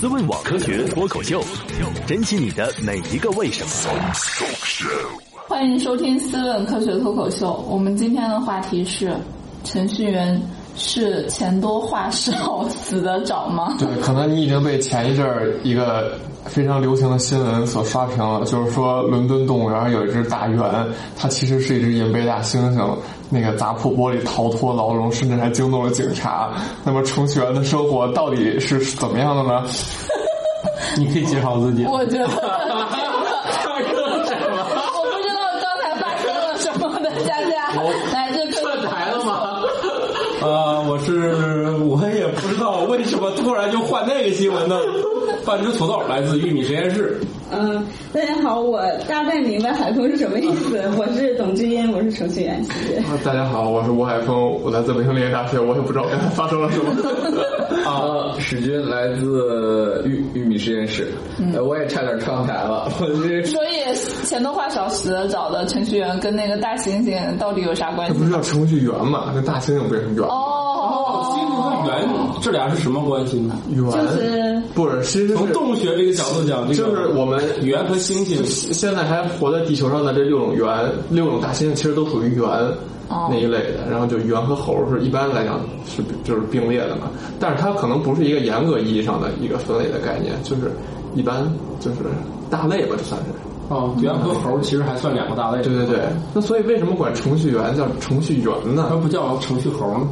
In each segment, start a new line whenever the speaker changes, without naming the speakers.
思问网科学脱口秀，珍惜你的每一个为什么。
欢迎收听《思问科学脱口秀》，我们今天的话题是：程序员是钱多话少死得早吗？
对，可能你已经被前一阵儿一个非常流行的新闻所刷屏了，就是说伦敦动物园有一只大猿，它其实是一只银背大猩猩，那个砸破玻璃逃脱牢笼，甚至还惊动了警察。那么程序员的生活到底是怎么样的呢？
你可以介绍自己。
我觉得我不知道刚才发生了什么的，佳佳，来这可以
了吗？呃，我是我也不知道为什么突然就换那个新闻呢。半只土豆来自玉米实验室，
嗯，大家好，我大概明白海峰是什么意思。我是董志英，我是程序员，谢谢。
啊大家好，我是吴海峰，我来自北京林业大学，我也不知道刚才发生了什么。
啊，史军来自玉玉米实验室，
嗯
呃我也差点串台了，我这
所以钱多话少死得早的程序员跟那个大猩猩到底有啥关
这
系
不？是叫程序员嘛？跟大猩猩不也是猿？
哦，
原这俩是什么关系呢？
猿、
就是
不是，其实是
从动物学这个角度讲，这个
就是我们
猿和猩猩，
现现在还活在地球上的这六种猿，六种大猩猩其实都属于猿
哦
那一类的。然后就猿和猴是一般来讲是就是并列的嘛，但是它可能不是一个严格意义上的一个分类的概念，就是一般就是大类吧，这算是。
哦，猿和猴其实还算两个大类。
对对对，那所以为什么管程序员叫程序员
它
呢？
不叫程序猴呢？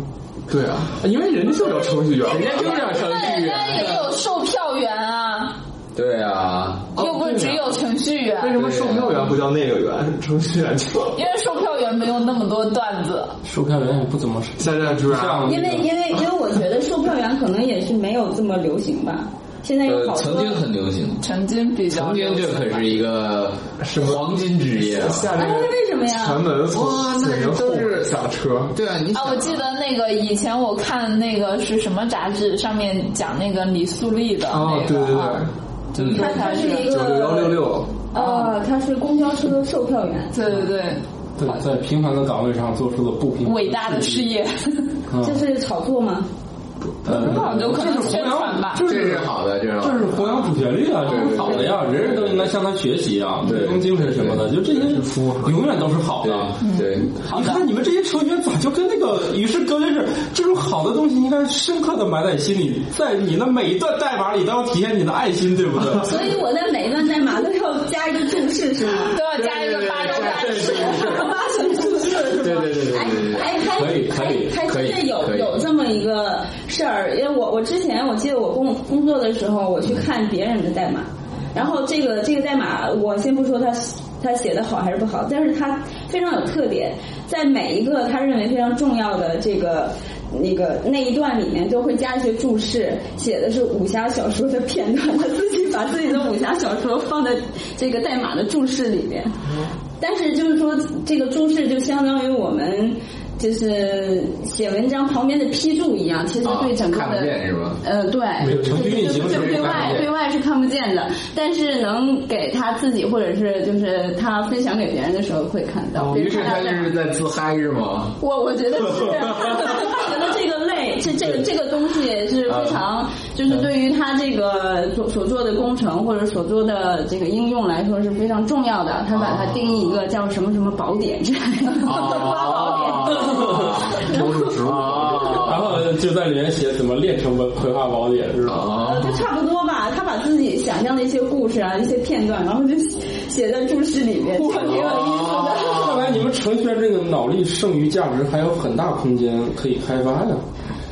对啊，因为人家就叫程序员，人
就叫程
那人家也有售票员啊，
对啊，
又不是只有程序员。
为什么售票员不叫那个员，程序员就？
因为售票员没有那么多段子，
售票员也不怎么
下站主任啊，
像
因为
嗯
因为因为我觉得售票员可能也是没有这么流行吧，现在有
呃，
好多
曾经很流行，
曾经比较
曾经这可是一个黄金职业啊。
下这
啊
个
为什么呀
前门从
哇那
水门后
都是
下车。
对啊，你
啊，我记得那个以前我看那个是什么杂志，上面讲那个李素丽的那
哦
个，，
对对对，
啊
嗯
他他是一个
九六幺六六，
呃，他是公交车售票员，
对对对，
对在平凡的岗位上做出了不平凡
伟大的事 业，
嗯呃
这是炒作吗？
不好就可能宣传吧。
这
这
是
是好的，这是好
这
的
是弘扬主旋律啊，这是好的呀，人人都应该向他学习啊，
对
职工精神什么的，就这些永远都是好的。啊
对对，
嗯
你看你们这些成员咋就跟那个与世隔绝似的？这种好的东西应该深刻的埋在心里，在你的每一段代码里都要体现你的爱心，对不对？
所以我在每一段代码都要加一个注释，是
嗯
吗？
都要加一个八周大事，
八层宿舍是吗？
对对对对对对
哎，还
可以可以
还
可
真
以
的有
可以
有这么一个事儿，因为我我之前我记得我工工作的时候，我去看别人的代码，然后这个这个代码，我先不说它它写的好还是不好，但是它非常有特点，在每一个他认为非常重要的这个。那个那一段里面都会加一些注释，写的是武侠小说的片段，他自己把自己的武侠小说放在这个代码的注释里面。但是就是说，这个注释就相当于我们就是写文章旁边的批注一样，其实对整个的、
啊看不见是吧
呃，对，
没有程序运行
对
是
对对
看不
外
见
对外是看不见的，但是能给他自己或者是就是他分享给别人的时候会看到。
哦于是
他
他就是在自嗨是吗？
我我觉得是，我觉得这个类，这这个这个东西也是非常，就是对于他这个所所做的工程或者所做的这个应用来说是非常重要的。他把它定义一个叫什么什么宝典之类的， 花宝典。
留住植物。
然后就在里面写怎么练成文葵花宝典，是吧？
啊，
呃，就差不多吧。他把自己想象的一些故事啊，一些片段，然后就写写在注释里面，就挺有意思的。
看来你们程序员这个脑力剩余价值还有很大空间可以开发呀，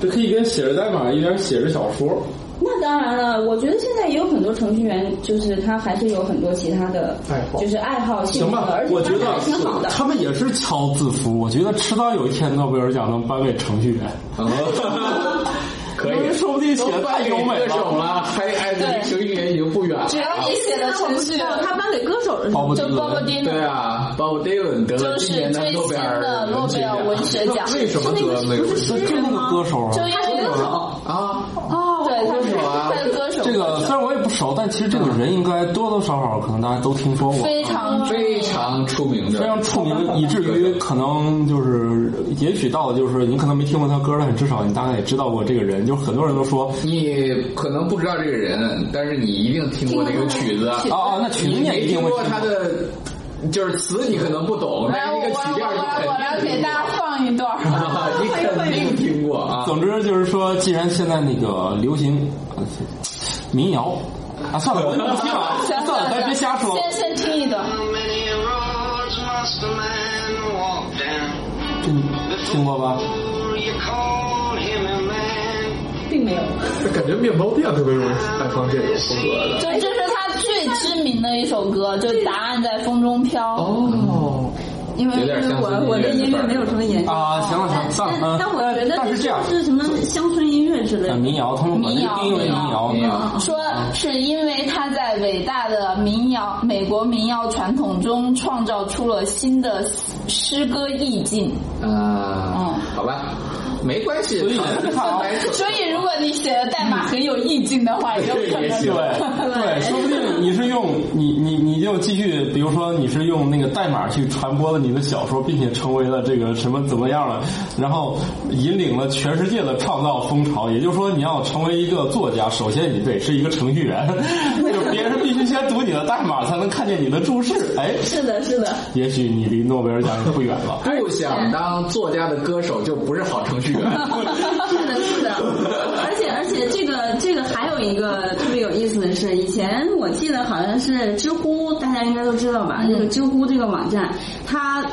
这可以一边写着代码一边写着小说。
那当然了，我觉得现在也有很多程序员，就是他还是有很多其他的
爱好
就是爱好、兴
行
趣
吧
的，而，且
我觉
发展还挺好
得
的。
他们也是敲字符。我觉得迟早有一天诺贝尔奖能颁给程序员，
哦
可
因为
以，
说不定写的太优美
歌手
了。
了，还还离程序员已经不远了。
只要你写的程序，
他颁给歌手的时
鲍
候，
勃
就
迪
包括
伦，
丁
对
呢，
啊，鲍勃迪伦得了
就
今
是
年的
最
诺贝
新
尔
的诺贝尔文学奖，
为
就
什么得了那个？
就那个歌手啊，
因为
啊
啊，
对他是他是歌手，
这个虽然我也不熟，但其实这个人应该多多少少可能大家都听说过，
非常
非常出名的，
非常出名，以至于可能就是，也许到了就是你可能没听过他歌，但是至少你大概也知道过这个人。就是很多人都说，
你可能不知道这个人，但是你一定听过那个曲
啊
子。
哦哦，那曲
你
子也
没
一定
听
会
过他的，就是词你可能不懂，但
来，哎我
是那个曲
我
调你
来，我来
肯定
给
听
大家放一段
过
儿。
啊， 你肯定听过啊。
总之就是说，既然现在那个流行呃民谣啊，算了，我就不听了，
行
算了，咱别瞎说。
先先听一段。
many roads must a man walk down
这你嗯听过吧？
before you call him a man?
并没有。
感觉面包店特别容易爱放这种风格的。
就这是他最知名的一首歌，就《答案在风中飘》。
哦，
因为
有
因
点
为
乡村
我我
音乐
对音乐没有什么研究。
啊，行了行了，算了，嗯
但，但我觉得
但是这样，
是什么乡村音乐之类
呃
的。
民谣，他们管这个定义为民谣，啊
民谣
说是因为他在伟大的民谣美国民谣传统中创造出了新的诗歌意境，嗯
啊，好吧，没关系，
所以你看啊
来首
所以如果你写的代码很有意境的话，有可
也
能
行
对对，说不定你是用你你你就继续，比如说你是用那个代码去传播了你的小说，并且成为了这个什么怎么样了，然后引领了全世界的创造风潮。也就是说，你要成为一个作家，首先你得是一个程序员，就别人必须先读你的代码才能看见你的注释。哎，
是的，是的，
也许你离诺贝尔奖也不远了。
不想当作家的歌手就不是好程序员。
是的，是的。而且而且这个这个还有一个特别有意思的是，以前我记得好像是知乎，大家应该都知道吧？那个知乎这个网站，它。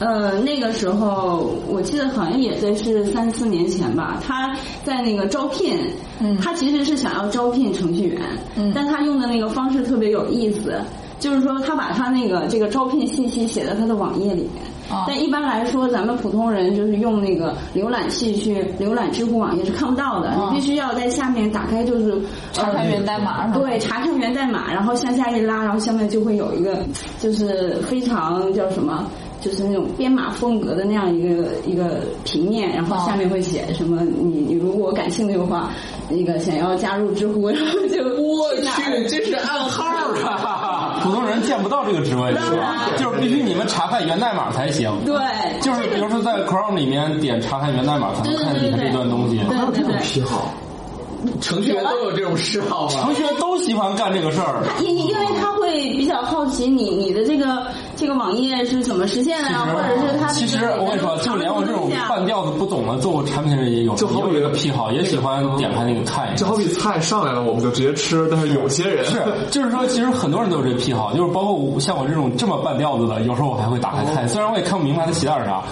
呃，那个时候我记得好像也得是三四年前吧，他在那个招聘，
嗯
他其实是想要招聘程序员，
嗯
但他用的那个方式特别有意思，就是说他把他那个这个招聘信息写在他的网页里面。
哦
但一般来说，咱们普通人就是用那个浏览器去浏览知乎网页是看不到的，
哦
你必须要在下面打开，就是呃
查看源代码是吧？
对，查看源代码，然后向下一拉，然后下面就会有一个就是非常叫什么，就是那种编码风格的那样一个一个平面，然后
哦
下面会写什么你你如果感兴趣的话，那个想要加入知乎，然后就我
去，这是暗号啊！
普通人见不到这个职位是吧？就是必须你们查看源代码才行。
对，
就是比如说在 Chrome 里面点查看源代码才能看底下这段东西。
对对 对。
癖好，
程序员都有这种嗜好吗
程？序员都喜欢干这个事儿。
因因为他会比较好奇你你的这个这个网页是怎么实现的
其
呀，
实
或者是他
其实我跟你说，就连我这种半吊子不懂的做过产品的人也有，
就好
也
比
有这个癖好，也喜欢点开那个看一
就
下。
好比菜上来了我们就直接吃，但是有些人
是，就是说，其实很多人都有这癖好，就是包括我像我这种这么半吊子的，有时候我还会打开看，虽然我也看不明白它写点啥，啊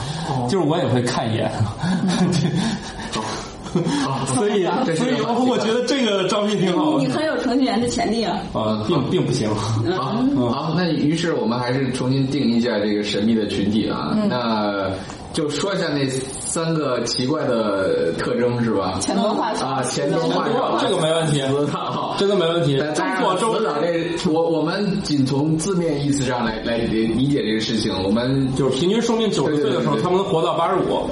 就是我也会看一眼。哦所以，
这是
所以
一个好
我我觉得这个招聘挺好
你
的
你，很有程序员的潜力啊。
呃，并并不行。
好，啊好，那于是我们还是重新定义一下这个神秘的群体啊。那就说一下那三个奇怪的特征是吧？
钱多话少，
啊，钱多话少，
这个没问题，
词好。
真的没问题。
当然
众
了
所周
死
知
党，这我我们仅从字面意思上来来理理解这个事情，我们就
就是平均寿命九十岁的时候，
对对对对
他们能活到八十五。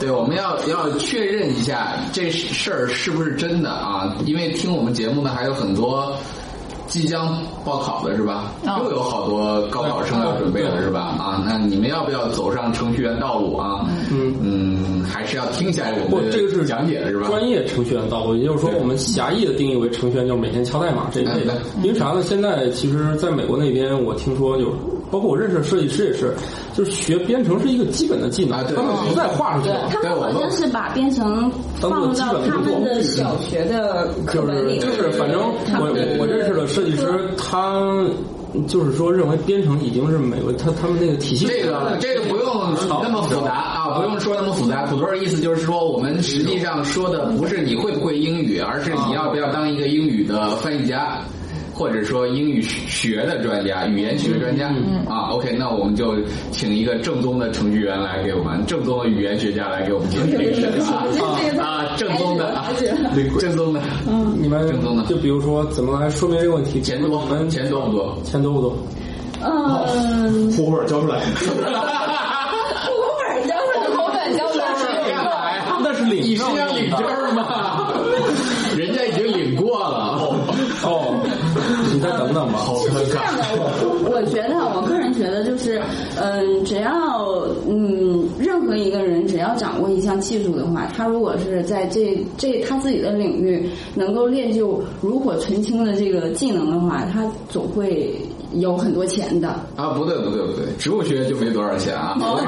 对，我们要要确认一下这事儿是不是真的啊？因为听我们节目呢，还有很多即将报考的是吧？
啊
又有好多高考生要准备了是吧？啊，那你们要不要走上程序员道路啊？嗯还是要听一下我
不
们，的
这个是
讲解的是吧？
专业程序员道路，也就是说，
对
我们狭义的定义为程序员就是每天敲代码这一类的
哎。
因为啥呢？现在其实在美国那边，我听说就是，包括我认识的设计师也是，就是学编程是一个基本的技能
啊，对
他们不再画出去了。
他们好像是把编程放入到他们的小学的课
就是
本里，
就是，反正
他
我
们的
我我认识的设计师，他就是说认为编程已经是美国他他们那个体系。
这个这个不用那么复杂啊，不用说那么复杂。土豆的意思就是说，我们实际上说的不是你会不会英语，而是你要不要当一个英语的翻译家，或者说英语学的专家、语言学专家啊。OK，那我们就请一个正宗的程序员来给我们，正宗的语言学家来给我们解释这个事情啊啊，正宗的啊，正宗的，
你们
正宗的
就比如说怎么来说明这个问题？
钱多
你们
钱多不多？
钱多不多？
嗯，
户口本交出来，
我本上
口本交出来是一个。
干嘛
哎
呀？
那是领
你是
证
要领证吗？人家已经领过了。
的吗？哦好
是这样的，我我觉得，我个人觉得就是，嗯，只要嗯，任何一个人只要掌握一项技术的话，他如果是在这这他自己的领域能够练就炉火纯青的这个技能的话，他总会有很多钱的。
啊，不对不对不对，植物学就没多少钱啊。
哦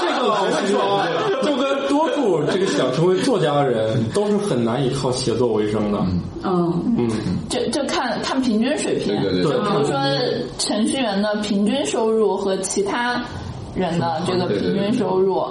这个我跟你说，就跟多数这个想成为作家的人，都是很难以靠写作为生的。
嗯，
嗯，
就就看看平均水平。
对
对
对
就比如说程序员的平均收入和其他人的这个
对对
平
对
均收入。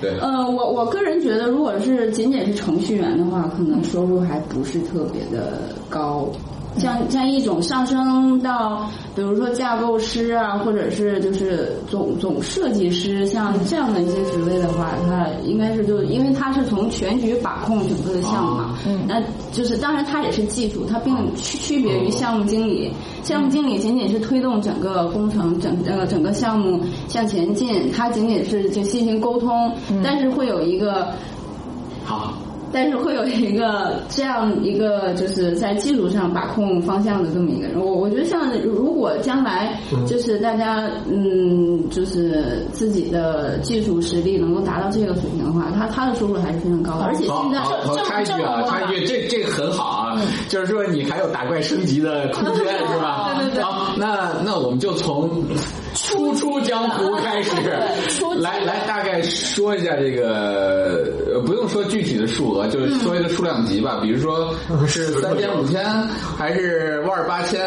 对，
呃，我我个人觉得，如果是仅仅是程序员的话，可能收入还不是特别的高。像像一种上升到，比如说架构师啊，或者是就是总总设计师，像这样的一些职位的话，他应该是就因为他是从全局把控整个的项目嘛，
嗯
那就是当然他也是技术，他并区区别于项目经理，嗯项目经理仅仅是推动整个工程整呃整个项目向前进，他仅仅是就进行沟通，但是会有一个
好，
但是会有一个这样一个就是在技术上把控方向的这么一个人。我我觉得像如果将来就是大家嗯，就是自己的技术实力能够达到这个水平的话，他他的收入还是非常高的，而且
好
现在
好好，插一句啊，插一句，这这个很好啊，就是说你还有打怪升级的空间是吧？
对对对
好，那那我们就从初出江湖开始
初，级的
来来大概说一下这个，呃不用说具体的数额，就是说一个数量级吧，比如说是三千、五千，还是万八千，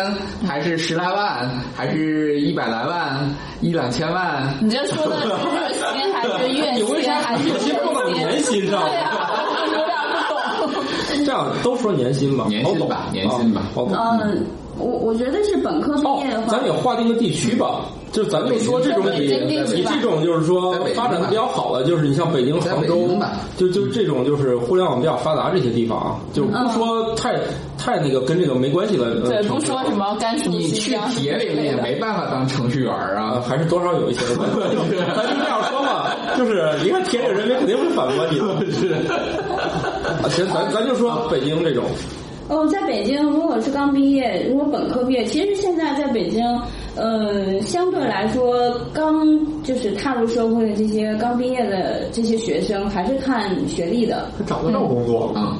还是十来万，还是一百来万，一两千万。
你这说的是日薪还 是月
你为
薪
啥
还是
日薪放到年薪上
对啊呀，我有点不懂。
这样都说年薪吧，
年薪吧
好懂
年薪吧
啊好懂。
哦
嗯，我我觉得是本科毕业的
哦，
话，
咱也划定个地区吧，就咱就说这种
在北
以
京地区
以
吧
这种就是说
在北京吧
发展的比较好的，就是你像北京、
在
杭
北
州
京吧，
就就这种就是互联网比较发达这些地方啊，就不说太太那个跟这个没关系了。呃
嗯对，
城
不
市
说什么甘肃
你
新
去
疆
铁岭也
嗯
没办法当程序员啊
啊，，还是多少有一些。咱就这样说吧，就是你看铁岭人民肯定会反驳你的。是，啊，行，咱咱就说北京这种，
哦，在北京，如果是刚毕业，如果本科毕业，其实现在在北京，呃，相对来说，刚就是踏入社会的这些刚毕业的这些学生，还是看学历的，
找得着工作了，
嗯。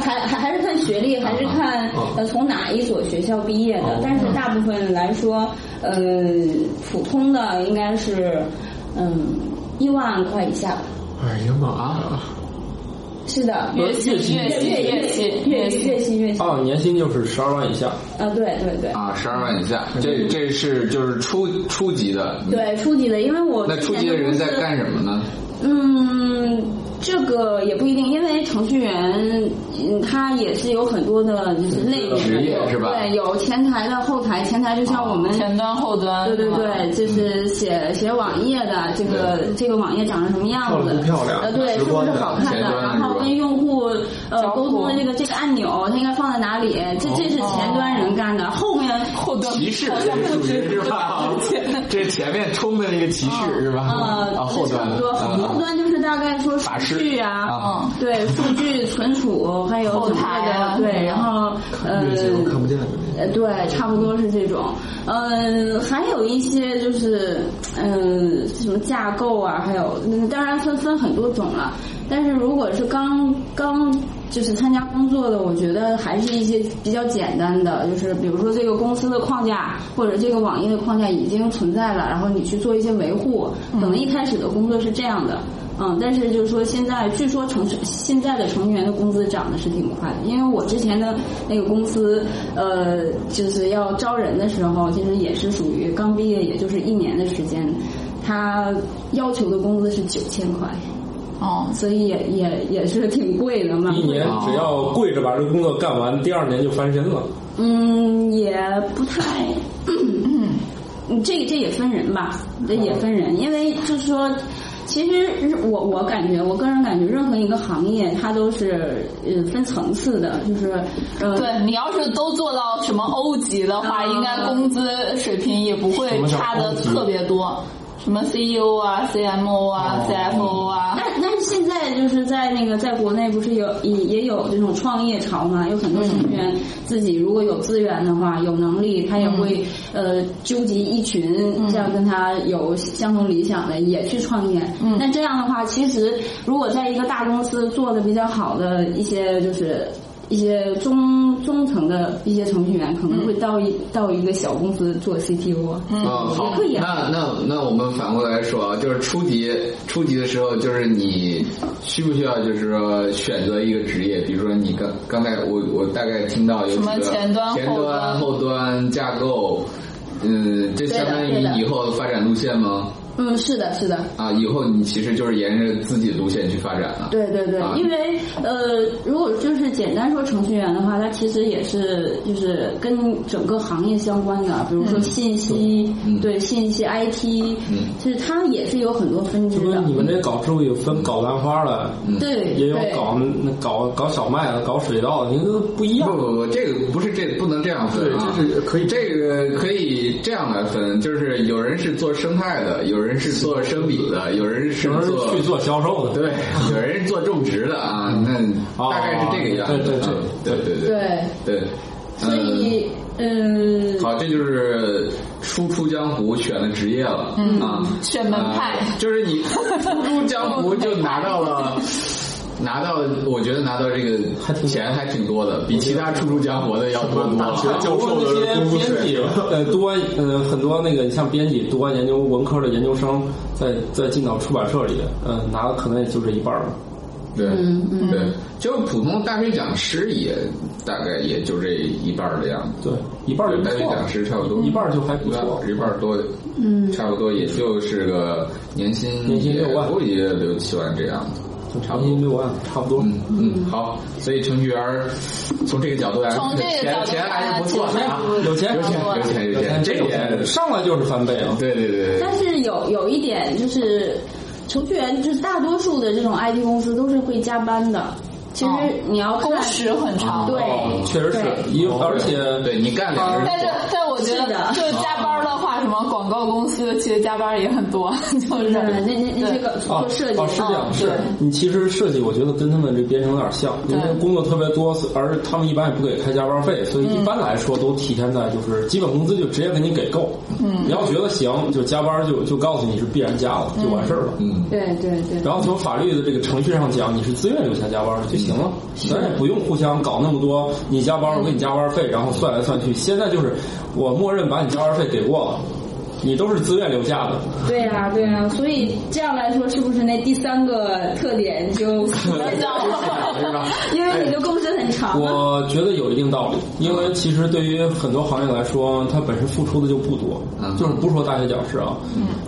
还还还是看学历，还是
啊
看呃从哪一所学校毕业
哦
的。但是大部分来说，嗯、普通的应该是嗯一万块以下吧。
哎呀妈呀！
是的，
呃月薪月薪
月
月薪哦
月
月薪
月薪月薪
啊，年薪就是十二万以下。
啊，对对对。
啊，十二万以下，这这是就是初初级的。
对，初级的，因为我
嗯那初级的人在干
么？
什么呢？
嗯，这个也不一定，因为程序员，嗯，他也是有很多的就是类别
职业是吧
对，有前台的、后台，前台就像我们。
哦前端后端。
对对对，就是写写网页的，这个这个网页长成什么样子？
漂不漂亮
呃，对，
直
是不
观
是
的
好看的？
前端是吧
然后跟用户呃
交互
沟通的这个这个按钮，它应该放在哪里？这这是前端人干的，后面
后端
哦 歧视这属于是吧？这前面冲的那个歧视是吧？
呃，
啊，后端
差不多，后
啊
端就是大概说数
法师
据啊，
啊
对，数据存储还有
后台啊
整个的对，然后呃
月薪我看不见的
呃，对，差不多是这种。呃，还有一些就是，呃，什么架构啊，还有，嗯当然分分很多种了。但是如果是刚刚就是参加工作的，我觉得还是一些比较简单的，就是比如说这个公司的框架或者这个网页的框架已经存在了，然后你去做一些维护。可能一开始的工作是这样的。嗯，但是就是说，现在据说程序现在的程序员的工资涨的是挺快的，因为我之前的那个公司，呃，就是要招人的时候，其实也是属于刚毕业，也就是一年的时间，他要求的工资是九千块，
哦，
所以也也也是挺贵的嘛。
一年只要跪着把这个工作干完，第二年就翻身了。
嗯，也不太。嗯这这也分人吧，这也分人，因为就是说，其实日我我感觉，我个人感觉，任何一个行业它都是呃分层次的，就是呃，
对你要是都做到什么欧级的话，
嗯
应该工资水平也不会差的特别多。什么 CEO 啊、CMO 啊、CFO
哦
啊
但，但是现在就是在那个在国内不是有也也有这种创业潮嘛？有很多成员自己如果有资源的话，有能力，他也会、呃纠集一群这样跟他有相同理想的也去创业。嗯，但这样的话，其实如果在一个大公司做的比较好的一些就是。一些中中层的一些程序员可能会到一、到一个小公司做 CTO，嗯
嗯，好
也可以，啊。
那那那我们反过来说啊，就是初级初级的时候，就是你需不需要就是说选择一个职业？比如说你刚刚才我我大概听到有几
什么
个
前端
前
后
端
端
后端架构，嗯，
对
这
的
相当
对
于
的
以后的发展路线吗？
嗯，是的，是的，
啊，以后你其实就是沿着自己的路线去发展了。
对对对
啊，
因为呃，如果就是简单说程序员的话，它其实也是就是跟整个行业相关的，比如说信息，
嗯
对信息 IT，、
嗯
就是它也是有很多分支
这不是
的。
你们这搞术有分搞兰花的，
对，
嗯也有
对
搞那搞搞小麦的，搞水稻的，你都不一样
不。不不，这个不是这不能这样分啊，
对这是可以
这个可以这样来分，就是有人是做生态的，有人是做生理的，有人是
有人
做
去做销售的，
对，有人是做种植的啊，那
哦
大概是这个样子。
对对
啊对对对
对，
对
所以嗯
嗯，好，这就是初出江湖选了职业了、
嗯
啊，
选门派
呃就是你初出江 湖就拿到了。拿到，我觉得拿到这个钱还挺多的，比其他初出江湖的要多多了。
包括那些编辑，呃，读完呃很多那个，你像编辑读完研究文科的研究生，再再进到出版社里，嗯、拿的可能也就这一半儿吧。
对，
嗯
对，就普通大学讲师也大概也就这一半儿的样子，
对，一半儿就
对，
不
大学
错
讲
了，
师差不多
一半儿就还不
一半
错
儿，一半儿多，
嗯
差不多也就是个年薪
年薪
也
6万
估计也六七万这样子。
长期六万差不多。
嗯嗯，好，所以程序员儿从这个角度来说，
从这个角
钱
度
钱还
来
是不错的啊，
有钱
有钱有钱有钱，这
这
点
种上来就是翻倍啊！
对对对对
但是有有一点就是，程序员就是大多数的这种 IT 公司都是会加班的。其实
哦
你要看
工时很长。
啊
对，
哦确实是
对，
因为而且
对你干两个
但是
人，，
但我觉
是
得
的，
就加班的话，什么广告公司其实加班也很多， 就是
那那那些个
啊
做设计
哦是这
啊
样，是你其实设计，我觉得跟他们这编程有点像，因为
对
工作特别多，而他们一般也不给开加班费，所以
嗯
一般来说都体现在就是基本工资就直接给你给够。嗯，你要觉得行，就加班就就告诉你是必然加了，就完事儿了。
嗯，
对对对。
然后从法律的这个程序上讲，你是自愿留下加班的就行了，
嗯
咱也不用互相搞那么多，你加班我给你加班费，然后算来算去。现在就是我默认把你加班费给过了，你都是自愿留下的，
对呀、对呀、所以这样来说，是不是那第三个特点就
是吧？
因为你的工时很长嘛？
我觉得有一定道理，因为其实对于很多行业来说，它本身付出的就不多
嗯，
就是不说大学讲师啊，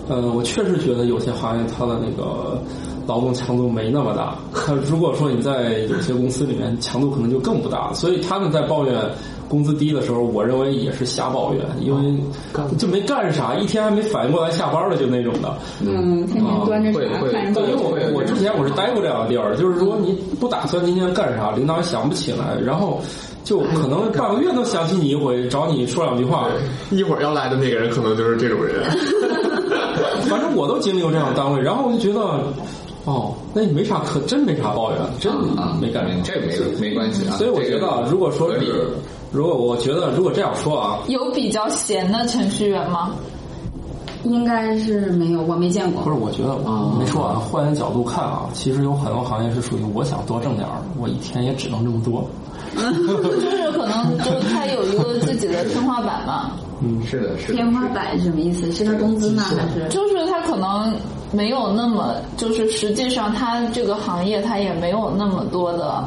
呃，我确实觉得有些行业它的那个劳动强度没那么大。 它如果说你在有些公司里面，强度可能就更不大，所以他们在抱怨工资低的时候，我认为也是瞎抱怨，因为就没干啥，一天还没反应过来下班了就那种的。
嗯，天天端着
会
茶
会
看
对，
着
因为我
你。
我之前我是待过这样的地儿，就是说你不打算今天干啥，领导也想不起来，然后就可能半个月都想起你一回，找你说两句话。
一会儿要来的那个人可能就是这种 人。
反正我都经历过这样的单位，然后我就觉得，哦，那也没啥可，真没啥抱怨，真
啊，
没干啥。
这没没关系啊。
所以我觉
这
得
个
啊，如果说
合理
是，如果我觉得如果这样说啊，
有比较闲的程序员 吗？
应该是没有，我没见
不
过。
是，我觉得我没说啊，换个角度看啊，其实有很多行业是属于我想多挣点儿，我一天也只能这么多。
就是可能就是他有一个自己的天花板嘛，
是的，是的
天花
是的
板是什么意思？是他工资吗？还是？
就是他可能没有那么，就是实际上他这个行业他也没有那么多的，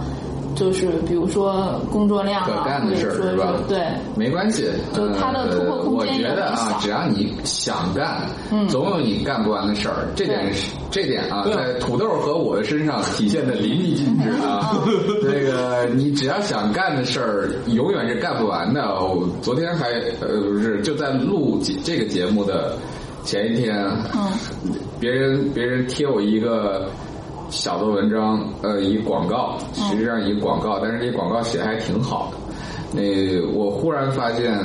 就是比如说工作量
可
啊，
干的事儿
或者
是
说
吧
是？对，
没关系，
就是它的突破
呃
空
我
间
觉
也
得
很
啊
小，
只要你想干，总有你干不完的事儿。这点是这点啊，
对
在土豆和我的身上体现的淋漓尽致啊。这个你只要想干的事儿，永远是干不完的。我昨天还呃不是就在录节这个节目的前一天，别人别人贴我一个。小的文章，呃，一广告，实际上一广告，但是这广告写得还挺好的。那我忽然发现，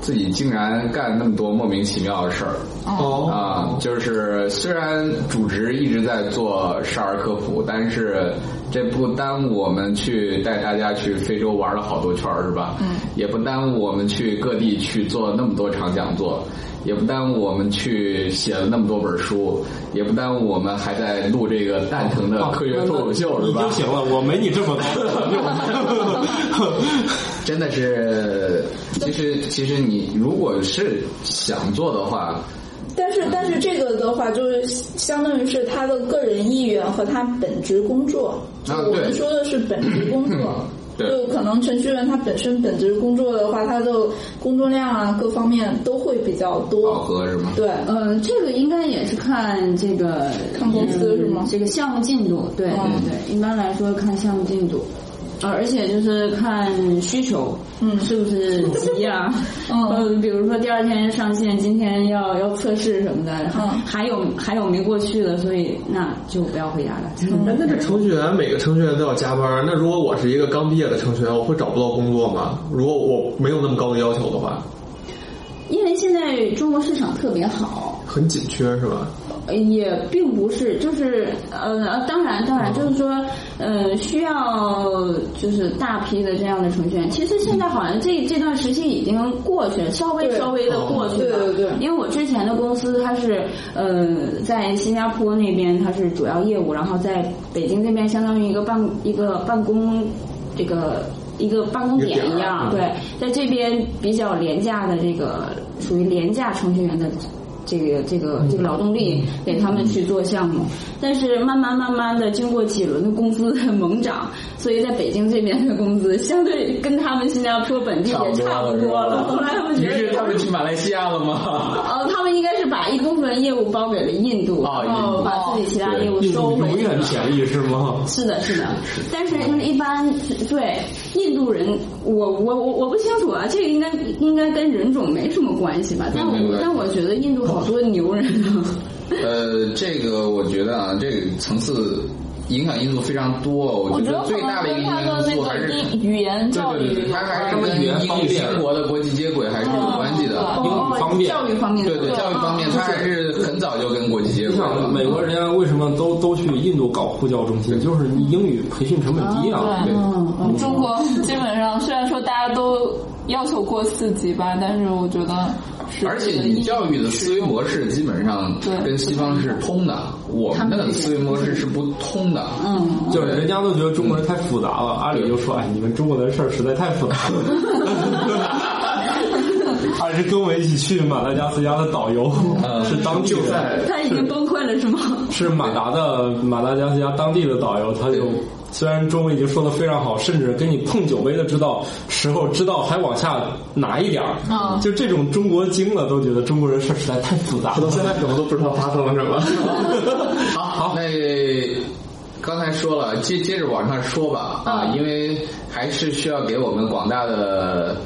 自己竟然干那么多莫名其妙的事儿。
哦，
啊、就是虽然主职一直在做少儿科普，但是这不耽误我们去带大家去非洲玩了好多圈儿，是吧？嗯，也不耽误我们去各地去做那么多场讲座，也不耽误我们去写了那么多本书，也不耽误我们还在录这个蛋疼的呃科学脱口秀，
哦
是
你
吧
就？行了，我没你这么
真的是，其实其实你如果是想做的话，
但是但是这个的话，就是相当于是他的个人意愿和他本职工作。就
啊
我们
对。
说的是本职工作
对
就可能程序员他本身本职工作的话，他的工作量啊各方面都会比较多。
饱和是 吗？
对，
呃，这个应该也是看这个
看公司是吗哦
嗯这个项目进度，对对对，一般来说看项目进度。呃，而且就是看需求，嗯，是不是急 啊？
嗯
呃，比如说第二天上线，今天要要测试什么的，然后
嗯
还有还有没过去的，所以那就不要回家了。
嗯
嗯
哎，那这程序员每个程序员都要加班，那如果我是一个刚毕业的程序员，我会找不到工作吗？如果我没有那么高的要求的话，
因为现在中国市场特别好，
很紧缺是吧？
呃也并不是，就是呃，当然，当
嗯
然，就是说，呃，需要就是大批的这样的程序员。其实现在好像这这段时期已经过去了，稍微
对哦
稍微的过去了。
对对对
因为我之前的公司它是呃在新加坡那边它是主要业务，然后在北京这边相当于一个办一个办公这个一个办公点一
啊
样，对，在这边比较廉价的这个属于廉价程序员的。这个这个
嗯
这个劳动力给他们去做项目，但是慢慢慢慢的经过几轮的工资的 猛涨，所以在北京这边的工资相对跟他们新加坡本地也差不多了。后来他们觉
于
得
是他们去马来西亚了吗？
呃，他们应该是把一部分业务包给了印度，
哦
然后把自己其他业务
你
收回
永
去
远
了。
便宜是吗？
是的，是的，但是就是一般对印度人，我我我我不清楚啊，这个应该应该跟人种没什么关系吧？但
没关
我
系
但我觉得印度好多牛人啊，
呃，这个我觉得啊，这个层次影响因素非常多。 我
我
觉
觉
得
得
最
可
大
能
的一
跟他
个
的
因
那
素还
个
是。
英语言
对
教
对对
育
对
有
它还是
关。
跟英语生活的国际接轨还是有关系的，
哦
英语方面
嗯哦教育方面，嗯
对对，教育方面它还是很早就跟国际接
你
轨了。
想，美国人家为什么都都去印度搞呼叫中心？就是你英语培训成本低啊。
对，
嗯嗯，
中国基本上虽然说大家都要求过四级吧，但是我觉得是
而且你教育的思维模式基本上
对
跟西方是通的，我们的思维模式是不通的。
嗯，
就是人家都觉得中国人太复杂了，阿里就说：“哎，你们中国的事儿实在太复杂了。” 还是跟我们一起去马达加斯加的导游，呃是当地人，
他已经崩溃了是吗？
是马达的马达加斯加当地的导游，他就
对
虽然中文已经说的非常好，甚至跟你碰酒杯的知道时候知道还往下拿一点儿，就这种中国精了，都觉得中国人事儿实在太复杂
我到
了。
现在可能都不知道发生了什么。
好，那刚才说了，接接着往上说吧啊，因为还是需要给我们广大的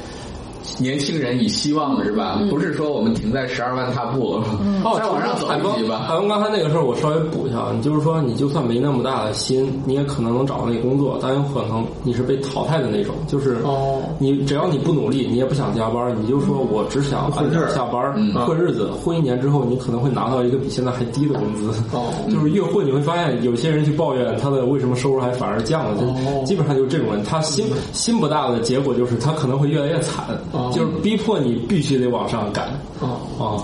年轻人以希望的是吧？不是说我们停在十二万踏步了，
嗯 哦
再往上走
海
一级
峰，海
吧。
峰刚才那个事儿，我稍微补一下，啊你就是说，你就算没那么大的心，你也可能能找到那工作，但有可能你是被淘汰的那种。就是
哦
你只要你不努力，你也不想加班，你就说我只想按点下班
嗯
混日子，混一年之后，你可能会拿到一个比现在还低的工资。
哦
就是越混，你会发现有些人去抱怨他的为什么收入还反而降了，就
哦
基本上就是这种人，他心心不大的结果就是他可能会越来越惨，
哦
就是逼迫你必须得往上赶。
哦，
啊，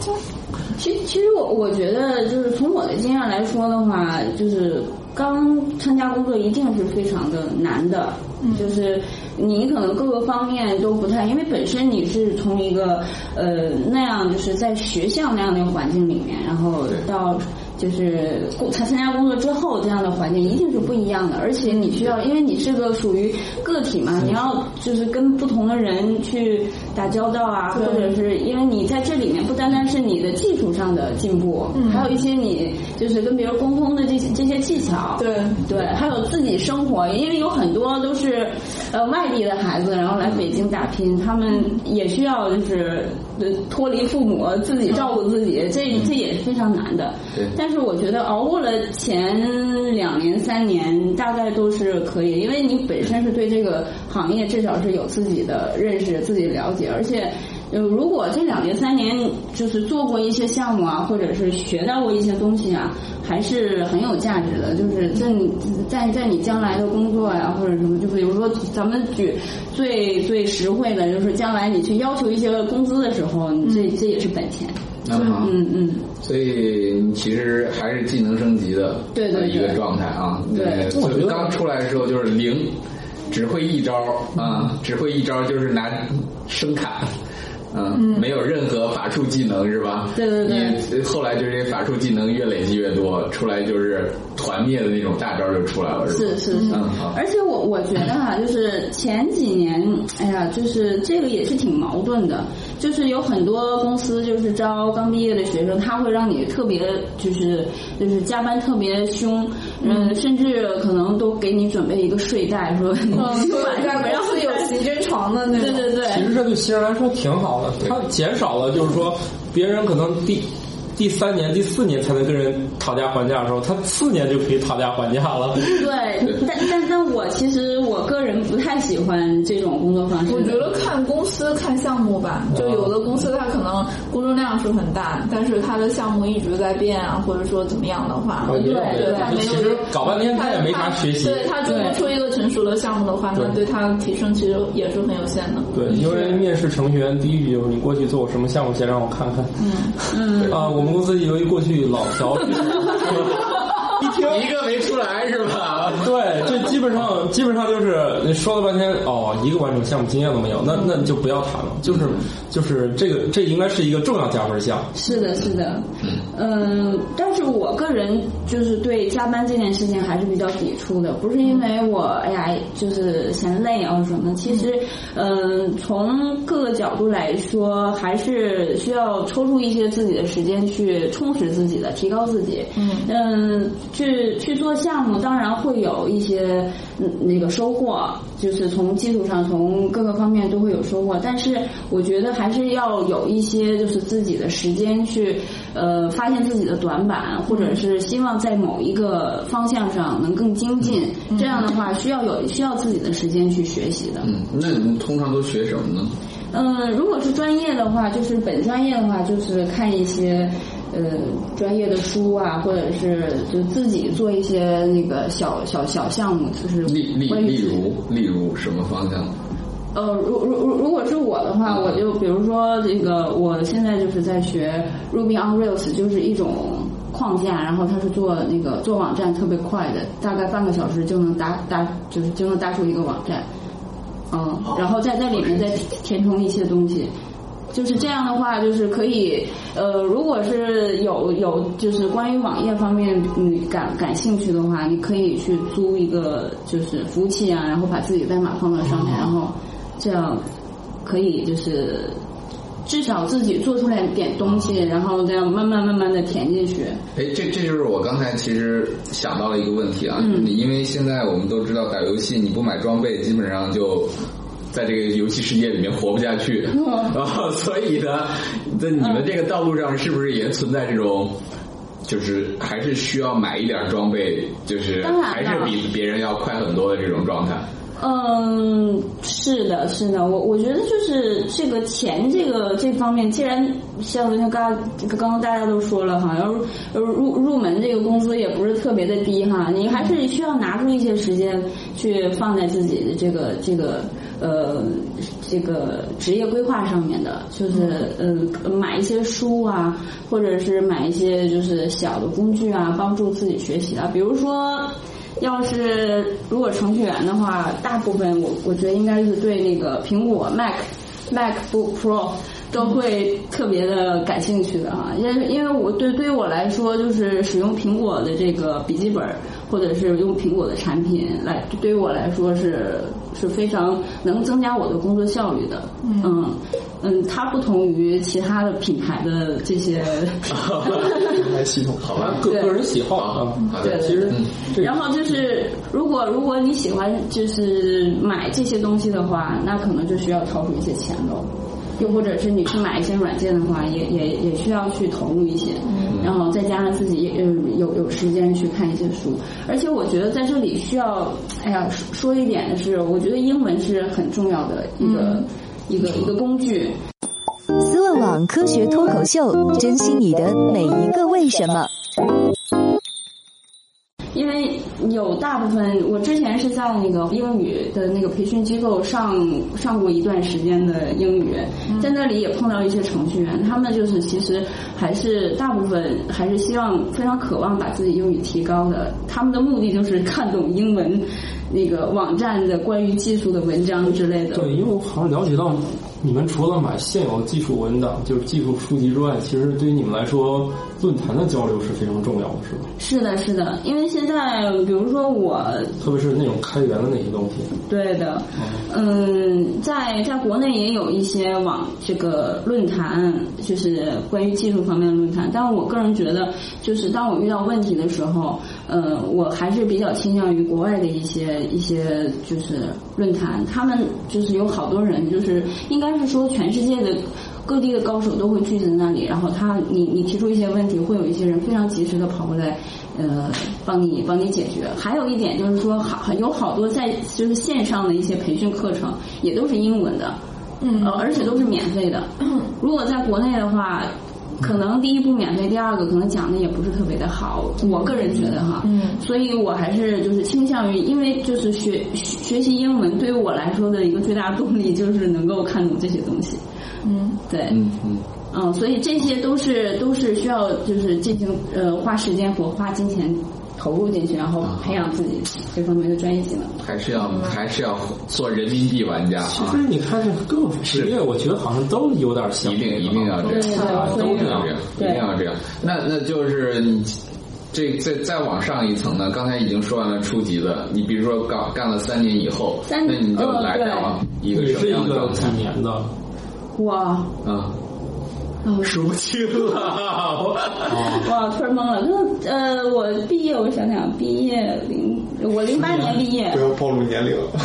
其实，其实我我觉得，就是从我的经验来说的话，就是刚参加工作一定是非常的难的，就是你可能各个方面都不太，因为本身你是从一个呃那样就是在学校那样的环境里面，然后到。就是工他参加工作之后，这样的环境一定是不一样的，而且你需要，因为你是个属于个体嘛，你要就是跟不同的人去打交道啊，或者是因为你在这里面不单单是你的技术上的进步，还有一些你就是跟别人沟通的这些这些技巧，
对
对，还有自己生活，因为有很多都是呃外地的孩子，然后来北京打拼，他们也需要就是呃脱离父母，自己照顾自己，这这也是非常难的。
对
但是我觉得熬过了前两年三年，大概都是可以，因为你本身是对这个行业至少是有自己的认识、自己了解，而且呃，如果这两年三年就是做过一些项目啊，或者是学到过一些东西啊，还是很有价值的。就是在你在在你将来的工作呀、或者什么，就比如说咱们举最最实惠的，就是将来你去要求一些工资的时候，你这这也是本钱。
那么，
嗯嗯，
所以你其实还是技能升级的呃
对对对
一个状态啊。
对
呃
我觉得
刚出来的时候就是零，只会一招啊，
嗯
只会一招就是拿声砍。嗯，没有任何法术技能是吧？
对对对
你后来就是法术技能越累积越多，出来就是团灭的那种大招就出来了，是吧？
是是是
嗯好，
而且我我觉得啊，就是前几年，哎呀，就是这个也是挺矛盾的，就是有很多公司就是招刚毕业的学生，他会让你特别就是就是加班特别凶，嗯，甚至可能都给你准备一个睡袋，说你
嗯
今晚上然后有
行军床的那
对
种。
对对，
其实这对新人来说挺好的，他减少了就是说别人可能第第三年、第四年才能跟人讨价还价的时候，他四年就可以讨价还价了。
对，但但但我其实我个人不太喜欢这种工作方式，
我觉得看公司、看项目吧，
哦
就有的公司它可能工作量是很大，但是它的项目一直在变啊，或者说怎么样的话，
哦也有
对，它没有。
其实搞半天他也没啥学习
对他做不出一个成熟的项目的话，那对
对
他的提升其实也是很有限的。
对，因为面试程序员第一句就是你过去做过什么项目，先让我看看。 嗯嗯啊，我们公司由于过去老调，一听
一个没出来是吧？
对，这基本上基本上就是你说了半天哦，一个完整项目经验都没有，那那你就不要谈了。就是就是这个这应该是一个重要加分项。
是的，是的，嗯，但是我个人就是对加班这件事情还是比较抵触的，不是因为我哎呀就是嫌累啊或者什么，其实嗯，从各个角度来说，还是需要抽出一些自己的时间去充实自己的，提高自己。嗯去去做项目，当然会有一些嗯那个收获，就是从技术上从各个方面都会有收获，但是我觉得还是要有一些就是自己的时间去呃发现自己的短板，或者是希望在某一个方向上能更精进。这样的话，需要有需要自己的时间去学习的。
嗯，那你们通常都学什么呢？
嗯，如果是专业的话，就是本专业的话，就是看一些呃专业的书啊，或者是就自己做一些那个小小小项目，就是
例例
关于
例如例如什么方向？
呃，如如如如果是我的话，我就比如说这个，我现在就是在学 Ruby on Rails，就是一种框架，然后它是做那个做网站特别快的，大概半个小时就能搭搭，就是就能搭出一个网站，嗯，然后在在里面再填充一些东西。就是这样的话，就是可以，呃，如果是有有就是关于网页方面你感感兴趣的话，你可以去租一个就是服务器啊，然后把自己的代码放到上面，然后这样可以就是至少自己做出来点东西，然后这样慢慢慢慢的填进去。
哎，这这就是我刚才其实想到了一个问题啊，
嗯
你因为现在我们都知道打游戏你不买装备，基本上就在这个游戏世界里面活不下去，
嗯
然后所以呢，在你们这个道路上是不是也存在这种？就是还是需要买一点装备，就是
当然了
还是比别人要快很多的这种状态。
嗯，是的，是的，我我觉得就是这个钱这个这方面，既然像像刚刚刚大家都说了哈，要入入入门这个工资也不是特别的低哈，你还是需要拿出一些时间去放在自己的这个这个呃这个职业规划上面的，就是呃买一些书啊，或者是买一些就是小的工具啊，帮助自己学习啊，比如说。要是如果程序员的话，大部分我我觉得应该是对那个苹果 Mac、MacBook Pro 都会特别的感兴趣的啊，因为因为我对对于我来说，就是使用苹果的这个笔记本或者是用苹果的产品来，对于我来说是是非常能增加我的工作效率的。嗯嗯，它不同于其他的品牌的这些。
来系统，好吧，个
对
个人喜好啊。
好
哦嗯对
的，
对
其实
对然后就是，如果如果你喜欢就是买这些东西的话，那可能就需要掏出一些钱喽。又或者是你去买一些软件的话，也也也需要去投入一些，然后再加上自己也呃有有时间去看一些书。而且我觉得在这里需要，哎呀，说说一点的是，我觉得英文是很重要的一个、一个一个工具。
港科学脱口秀，珍惜你的每一个为什么。
因为有大部分，我之前是在那个英语的那个培训机构上上过一段时间的英语，在那里也碰到一些程序员，他们就是其实还是大部分还是希望非常渴望把自己英语提高的，他们的目的就是看懂英文那个网站的关于技术的文章之类的。
对，因为我好像了解到，你们除了买现有的技术文档，就是技术书籍之外，其实对于你们来说，论坛的交流是非常重要的，是吧？
是的，是的，因为现在比如说我
特别是那种开源的那些东西。
啊
对的，嗯，在在国内也有一些网这个论坛，就是关于技术方面的论坛。但是我个人觉得，就是当我遇到问题的时候，呃，我还是比较倾向于国外的一些一些就是论坛，他们就是有好多人，就是应该是说全世界的。各地的高手都会聚在那里，然后他你你提出一些问题，会有一些人非常及时的跑过来，呃，帮你帮你解决。还有一点就是说，好有好多在就是线上的一些培训课程也都是英文的，
嗯
呃，而且都是免费的。如果在国内的话，可能第一步免费，第二个可能讲的也不是特别的好，我个人觉得哈，
嗯
所以我还是就是倾向于，因为就是学学学习英文对于我来说的一个最大动力就是能够看懂这些东西，
嗯
对，
嗯嗯，
嗯，所以这些都是都是需要就是进行呃花时间和花金钱投入进去，然后
啊
培养自己这方面的专业技能。
还是要
嗯
还是要做人民币玩家
其
啊
实，你看这各种职业，我觉得好像都有点像
一定一定要这
对
样，啊
对
都
对
一定要这样，一
对
定要这样。那那就是你。这再再往上一层呢？刚才已经说完了初级的，你比如说干干了三年以后，
三
那你就
哦
来
对
到一个
也
什么
是
样
一
的
个
状
几
态
年 的，
哇
啊？
哦
数不清 了，
哦
哇，突然懵了。那呃，我毕业，我想想，毕业零我零八年毕业
不，要暴露年龄。
啊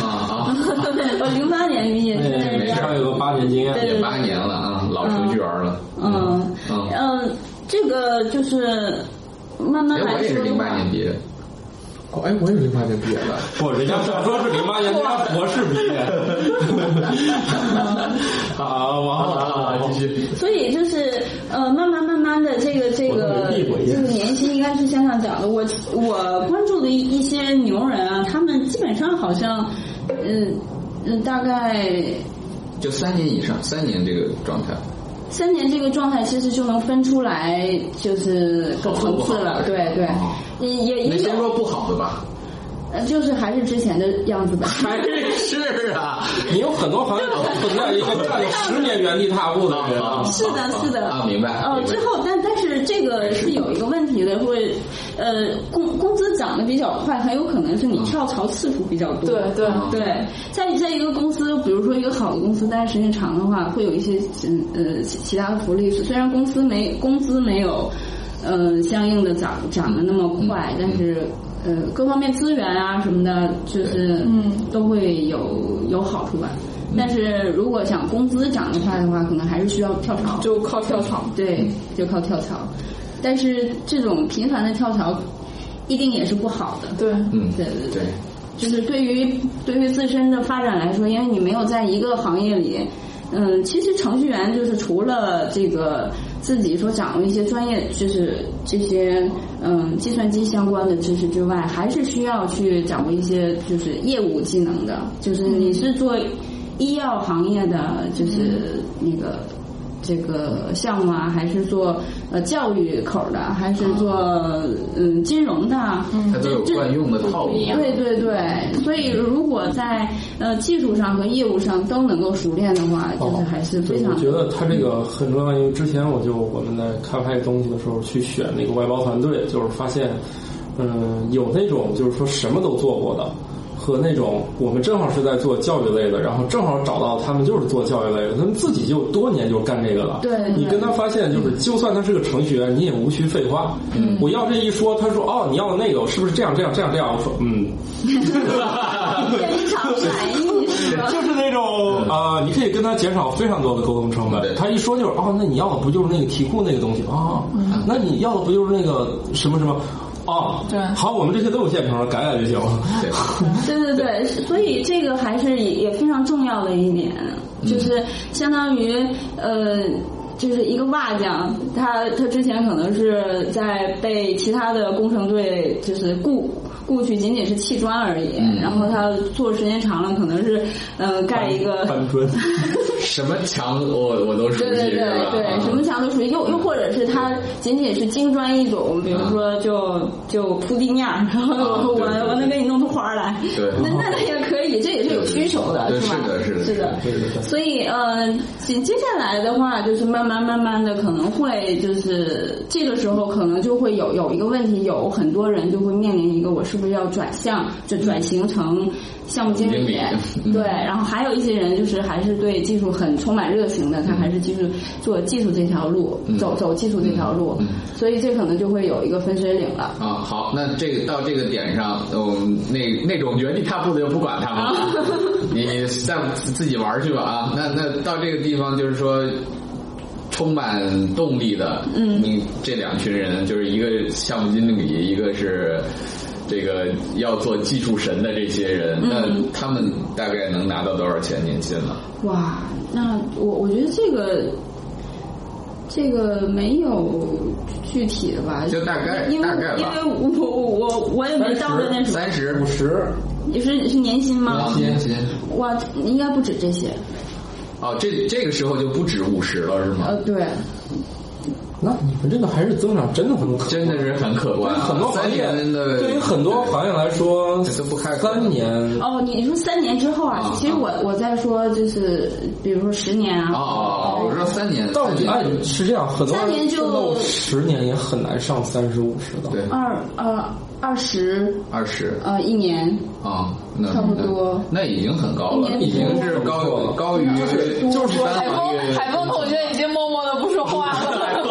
啊，
我零八年毕
哎
业，现在
那
是
至少哎有个八年经验。
对
也八年了啊，老程序员了。
嗯
嗯
嗯，这个就是慢慢
哎，
来
我也是
说的
零八
话
年毕业的，
哦，哎，我也是零八年毕业的。
不，人家少说是零八年，人家博士毕 业。好，啊完了，继续。
所以就是呃，慢慢慢慢的，这个这
我
个
努力过一
这
点
个年薪应该是向上涨的。我我关注的一一些牛人啊，他们基本上好像，嗯、嗯，大概
就三年以上，三年这个状态。
三年这个状态，其实就能分出来就是个层次了。对对，也也
那
也
先
有，
说不好的 吧。
呃就是还是之前的样 子吧。
还是啊，
你有很多行业存在一个站了十年原地踏步的人啊。
是的，是的
哦啊，明白。
呃，
明白
之后但但是这个是有一个问题的，会呃工工资涨得比较快，很有可能是你跳槽次数比较多。
对对
对，在在一个公司，比如说一个好的公司，待时间长的话，会有一些嗯呃其其他的福利，虽然公司没工资没有呃相应的涨涨得那么快，
嗯
但是。呃，各方面资源啊什么的，就是
嗯
都会有有好处吧。但是如果想工资涨得快的话，可能还是需要跳槽。
就靠跳槽。
对，就靠跳槽。但是这种频繁的跳槽，一定也是不好的。
对，
嗯，
对对
对，
就是对于对于自身的发展来说，因为你没有在一个行业里，嗯，其实程序员就是除了这个自己所掌握一些专业，就是这些嗯计算机相关的知识之外，还是需要去掌握一些就是业务技能的，就是你是做医药行业的，就是那个。这个项目啊，还是做呃教育口的，还是做嗯金融的，嗯
它都有惯用的套路。
对对对，所以如果在呃技术上和业务上都能够熟练的话，就是还是非
哦我
常
觉得他这个很重要，因为之前我就我们在开发这东西的时候去选那个外包团队，就是发现，嗯，有那种就是说什么都做过的，和那种我们正好是在做教育类的，然后正好找到他们就是做教育类的，他们自己就多年就干这个了。
对对
你跟他发现就是，就算他是个程序员，你也无需废话。嗯，我要这一说，他说哦，你要那个是不是这样这样这样这样？我说嗯，
非常满意，是吧？
就是那种啊、你可以跟他减少非常多的沟通成
对
本。他一说就是哦，那你要的不就是那个题库那个东西啊、哦
嗯
那你要的不就是那个什么什么？哦，
对
好，我们这些都有现成的，改改就行了。
对，
对对对，所以这个
嗯
还是也也非常重要的一点，就是相当于呃。就是一个瓦匠，他他之前可能是在被其他的工程队就是雇雇去，仅仅是砌砖而已。
嗯
然后他做时间长了，可能是呃盖一个
搬
嗯
砖，
什么墙我我都熟悉，
对对对
是吧？
对，
啊
什么墙都属于，又又或者是他仅仅是精专一种，比如说就就铺地面儿，然后
啊对
我
对对
我能给你弄出花儿来，
对
那那那也可以，这也是有需求的，
对
是吧？
是的是的
是
对对对。
所以，呃，紧接下来的话，就是慢慢慢慢的，可能会就是这个时候，可能就会有有一个问题，有很多人就会面临一个，我是不是要转向，就转型成项目经
经
理
理？嗯
对，然后还有一些人就是还是对技术很充满热情的，他还是继续做技术这条路，走走技术这条路，所以这可能就会有一个分水岭了。
啊，好，那这个到这个点上，呃我们那那种原地踏步的就不管他们了，
啊
你再自己玩儿去吧啊。那那到这个地方就是说，充满动力的，嗯，你这两群人就是一个项目经理，一个是这个要做技术神的这些人，
嗯
那他们大概能拿到多少钱年薪呢？
哇，那我我觉得这个这个没有具体的吧，
就大概
因为
大概吧
因为我我我我也没到过那什么，
三十
五十，
你是你是年薪
啊
吗？
年薪
哇，应该不止这些，
哦，这这个时候就不止五十了是吗？
呃，对，
那你们这个还是增长真的很可观，
真的是很可观啊，
很多行业
三年的
对于很多行业来说，
这都不开口
三年
哦，你说三年之后啊
啊，
其实我我在说就是，比如说十年
哦
啊，
哦，哦我说三年，
但我
三
觉得
年
按是这样，很多
三
人
年就
奋斗十年也很难上三十五十的。
对
二呃二十
二十
呃一年，
啊，那
差不多
那那已经很高了，
一年
已经是
差不
高
多
高于就是说
海峰，海峰同学已经默默的不说话 了，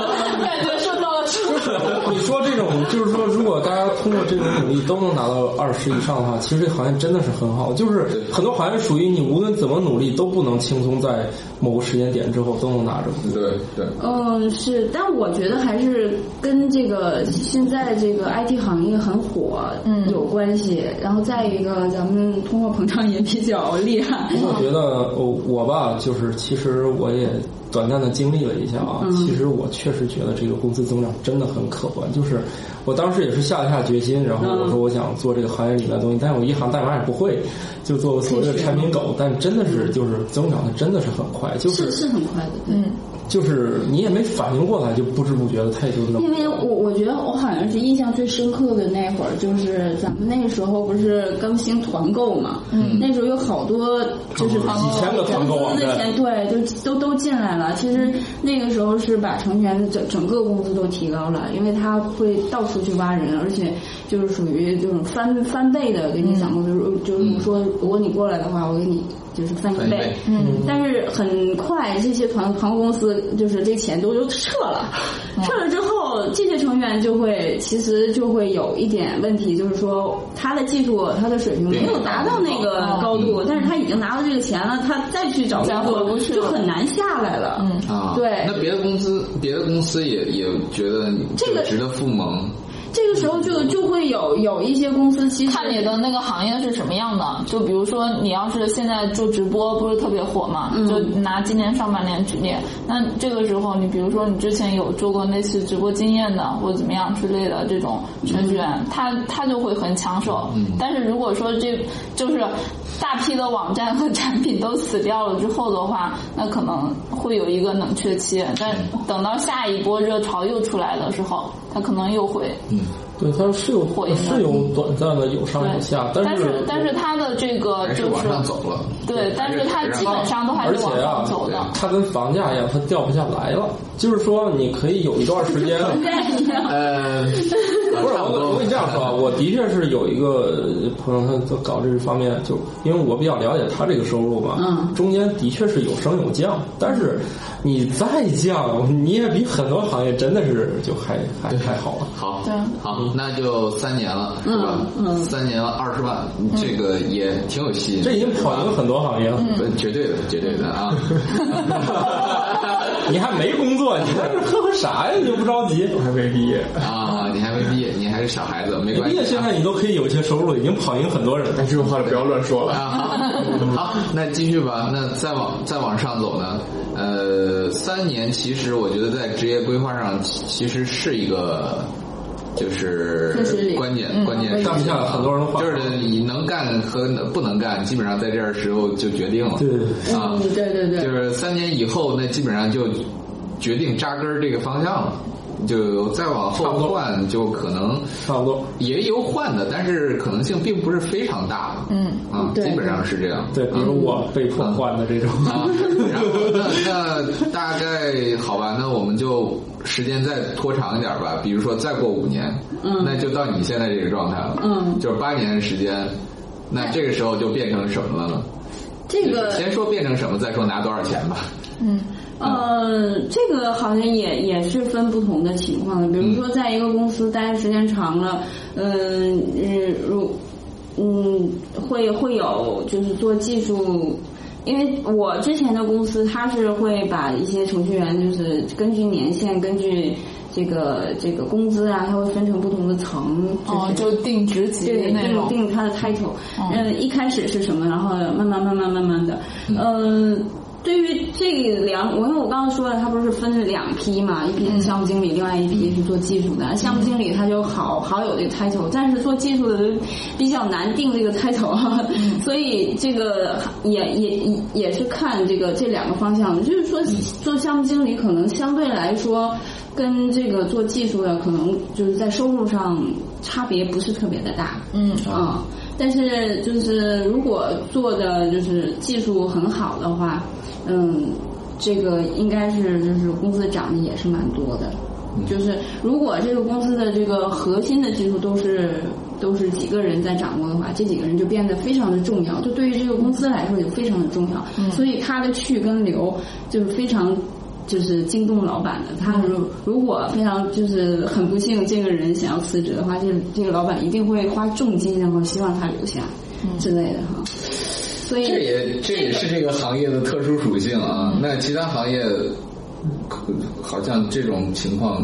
感觉受到了束缚。
你说这种就是说，如果大家通过这种努力都能拿到二十以上的话，其实这行业真的是很好。就是很多行业属于你无论怎么努力都不能轻松在某个时间点之后都能拿着。
对对，
嗯，是，但我觉得还是跟这个现在这个 IT 行业很火
嗯
有关系。然后再一个，咱们通货膨胀也比较厉害。
我觉得我我吧，就是其实我也短暂的经历了一下啊，其实我确实觉得这个工资增长真的很可观。就是我当时也是下了下决心，然后我说我想做这个行业里面的东西，但是我一行代码也不会，就做所谓的产品狗，但真的是就是增长的真的是很快，就是
是很快的，对
嗯，
就是你也没反应过来，就不知不觉的它也就那么
因为我我觉得我好像是印象最深刻的那会儿，就是咱们那时候不是刚兴团购嘛，嗯，那时候有好多就是
哦几千个团购网站
公司的钱对，就都都进来了。其实那个时候是把成员整整个工资都提高了，因为他会到处去挖人，而且就是属于这种翻翻倍的给你涨工资，就是你说如果你过来的话，我给你就是翻一
翻一
倍
倍，
嗯，但是很快这些团团购公司就是这钱都就撤了，撤了之后，这些成员就会其实就会有一点问题，就是说他的技术他的水平没有达到那个高度，但是他已经拿到这个钱了，他哦再去找
再
工
回不
作
去了
就很难下来了。
嗯
啊，
对
那别的公司别的公司也也觉得你
这个
值得附盟，
这个时候就就会有有一些公司其实
看你的那个行业是什么样的，就比如说你要是现在做直播不是特别火嘛，就拿今年上半年举例，那这个时候你比如说你之前有做过类似直播经验的或者怎么样之类的这种程序员，他他就会很抢手。但是如果说这就是大批的网站和产品都死掉了之后的话，那可能会有一个冷却期，
嗯
但等到下一波热潮又出来的时候，它可能又会
对，它是有
火焰
是有短暂的有上有下，
对，但
是
但是它的这个
还
就是
往上走了。
对，但是它基本上都还
而
是
且
往
啊
上走的。，
它跟房价一样，它掉不下来了。就是说，你可以有一段时间，
呃，
不是
差不多
我，我跟你这样说啊，我的确是有一个朋友，他他搞这个方面，就因为我比较了解他这个收入嘛，
嗯
中间的确是有升有降，但是你再降，你也比很多行业真的是就还还还好了。
好
对，
啊
好，那就三年了，是吧？嗯，三年了，二十万，这个也挺有吸引力。
这已经跑赢很多行业了，
呃绝对的，绝对的啊！
你还没工作，你在这喝喝啥呀？你就不着急？还没毕业，
啊，你还没毕业，你还是小孩子，没
你
关
毕
哎
系啊
业现在你都可以有一些收入，已经跑赢很多人了。
这种话就不要乱说了。
啊。好，那继续吧。那再往再往上走呢？呃，三年其实我觉得在职业规划上其其实是一个。就是
确实
关键、
嗯
关键事情
上不下很多人画
就是你能干和不能干，基本上在这儿时候就决定了。
对
啊、
嗯，对对对，
就是三年以后，那基本上就决定扎根儿这个方向了。就再往后
差不多
换，就可能
差不多。
也有换的，但是可能性并不是非常大。
嗯
啊，
对
基本上是这样。
对，比如我被迫换的这种，
啊，然后那那大概好吧，那我们就时间再拖长一点吧，比如说再过五年，嗯，那就到你现在这个状态了，
嗯
就是八年的时间，那这个时候就变成什么了呢？
这个
先说变成什么，再说拿多少钱吧。
呃，这个好像也也是分不同的情况的。比如说，在一个公司待的时间长了，嗯，嗯如嗯，会会有就是做技术。因为我之前的公司，它是会把一些程序员，就是根据年限，根据这个这个工资啊，它会分成不同的层。
哦，
是
就定职级
对，
那
定
种，
定它的 title，
嗯
呃，一开始是什么，然后慢慢慢慢慢慢的，呃，对于这两，我因为我刚刚说了，它不是分两批嘛，一批是项目经理，另外一批是做技术的。项目经理他就好好有这个 title，但是做技术的就比较难定这个 title，啊所以这个也也也也是看这个这两个方向，就是说做项目经理可能相对来说。跟这个做技术的可能就是在收入上差别不是特别的大，
嗯
啊、但是就是如果做的就是技术很好的话，嗯，这个应该是就是工资涨的也是蛮多的。
嗯
就是如果这个公司的这个核心的技术都是都是几个人在掌握的话，这几个人就变得非常的重要，就对于这个公司来说也非常的重要。
嗯
所以他的去跟留就是非常就是惊动老板的。他
嗯
如如果非常就是很不幸，这个人想要辞职的话，这这个老板一定会花重金，然后希望他留下之类的哈。所以
嗯这也这也是这个行业的特殊属性啊。那其他行业可好像这种情况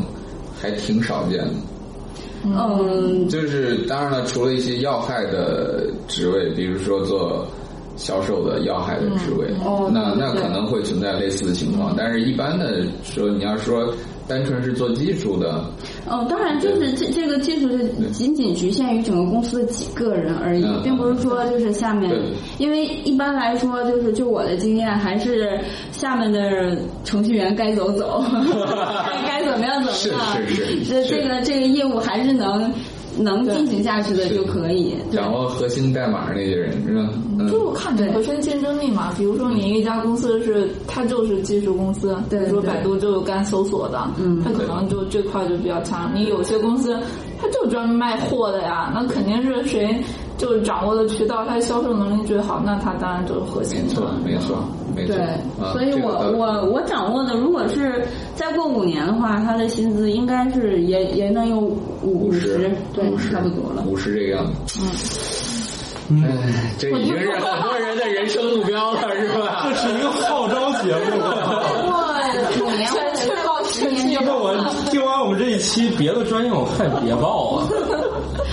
还挺少见的。
嗯，
就是当然了，除了一些要害的职位，比如说做销售的要害的职位，
哦
那
对
那可能会存在类似的情况。但是一般的说，你要说单纯是做技术的，
哦，当然，就是这这个技术是仅仅局限于整个公司的几个人而已
嗯，
并不是说就是下面
对，
因为一般来说，就是就我的经验，还是下面的程序员该走 走，该怎么样怎么样，
是是是
这
是
这个这个业务还是能能进行下去的
对
就可以。对
掌握核心代码那些人是吧？嗯，
就看你核心竞争力嘛。比如说你一家公司是它就是技术公司，比
对
如说
对
百度就有干搜索的，
嗯
它可能就这块就比较强。你有些公司它就专门卖货的呀，那肯定是谁就掌握的渠道，它销售能力最好，那它当然就是核心
没
的
错，没错，没错。
对
啊，
所以
这个
我
道理
我我掌握的，如果是再过五年的话，他的薪资应该是也也能有五
五
十
十，，
对
五，十
差不多了。
五十这个样子。嗯，哎，这已经是很多人的人生目标了，是吧？
这是一个号召节 目。
过五年或者再过十年
要不我听完我们这一期别的专业，我看别报啊，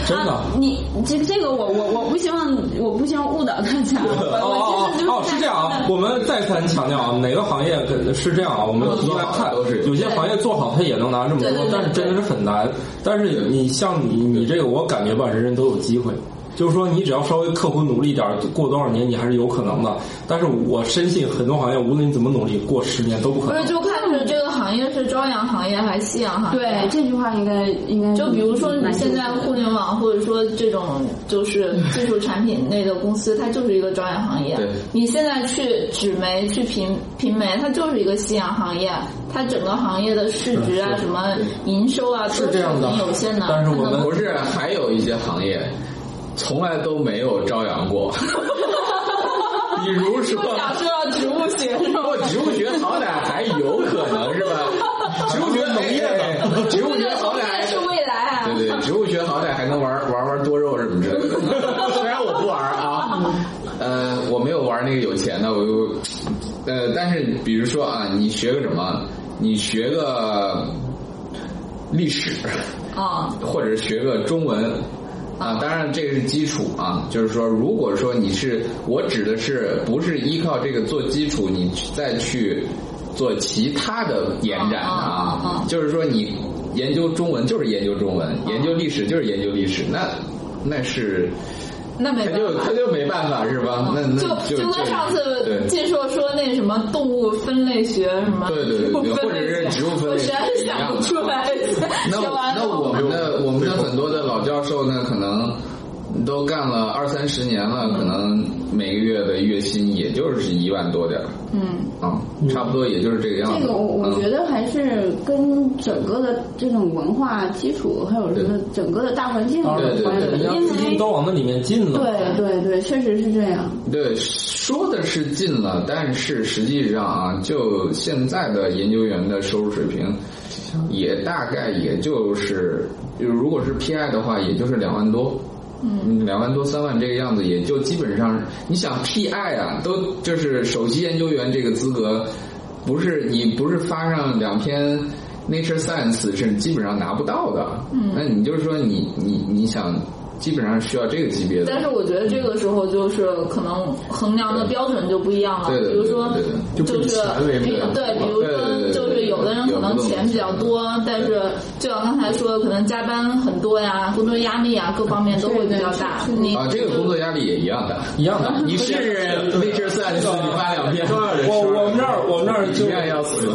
真的
啊。，你这 这个我我我不希望我不希望误导大家，我
哦哦
我真的就是
哦，是这样啊！我们再三强调啊，哪个行业可是这样啊？我们一来看，有些行业做好，它也能拿这么多，但是真的是很难。但是你像你你这个，我感觉吧，人人都有机会。就是说，你只要稍微刻苦努力一点，过多少年你还是有可能的。但是我深信，很多行业无论你怎么努力，过十年都不可
不
能
是。就看是这个行业是朝阳行业还是夕阳行业。
对这句话应该应该是
就比如说你
蛮
现在互联网或者说这种就是技术产品类的公司，它就是一个朝阳行业
对。
你现在去纸媒、去平平媒，它就是一个夕阳行业，它整个行业的市值
嗯
啊、什么营收啊，
是
都
这样的
很有限的。
但是我们
不是，还有一些行业从来都没有朝阳 过，比如说
不想说到植物学是吗？
不植物学好歹还有可能是吧？植物学农业
哎
的，植物 学好歹还
是未来啊。
对对，植物学好歹还能玩玩玩多肉什么之类的，虽然我不玩啊，呃，我没有玩那个有钱的，我又，呃，但是比如说啊，你学个什么，你学个历史，
啊、
哦
或者学个中文，啊，当然这个是基础啊，就是说，如果说你是，我指的是不是依靠这个做基础，你再去做其他的延展
啊啊
啊
啊，
就是说你研究中文就是研究中文，研究历史
啊
就是研究历史，那那是
那没
他
办
就
法嗯
他。就没办法是吧？那那
就就跟上次
对
介绍说那什么动物分类学什么，
对对对
植
对
物
或者是植物分
我
类
实
学
在是想不出来。
嗯 那
说
我
完
那
了，
我们的我们的很多的老教授呢，可能都干了二三十年了，可能每个月的月薪也就是一万多点儿
嗯，
啊，差不多也就是这个样子。嗯
这个我我觉得还是跟整个的这种文化基础，还有这个整个的大环境有
当
关
对
然
系
对对
的，
人家资
因
金
为
都往那里面进了。
对对对，确实是这样。
嗯对，说的是近了，但是实际上啊，就现在的研究员的收入水平，也大概也就是，如果是 PI 的话，也就是两万多。嗯，两万多三万这个样子，也就基本上，你想 PI 啊，都就是首席研究员这个资格，不是你不是发上两篇 Nature Science 是基本上拿不到的。嗯，那你就是说你你你想，基本上需要这个级别的。
但是我觉得这个时候就是可能衡量的标准就不一样了，
对对
比如说
对对
对对
就
就不
是
以钱为
比
目标
对，比如
对对
说
对对
就是有的人可能钱比较多，但是就像刚才说的，可能加班很多呀，工作压力啊各方面都会比较大。你
啊，这个工作压力也一样的。
一样的，
你啊是 Nature Science，你发两篇，多少人
我我们这儿我们这儿就
一样要死。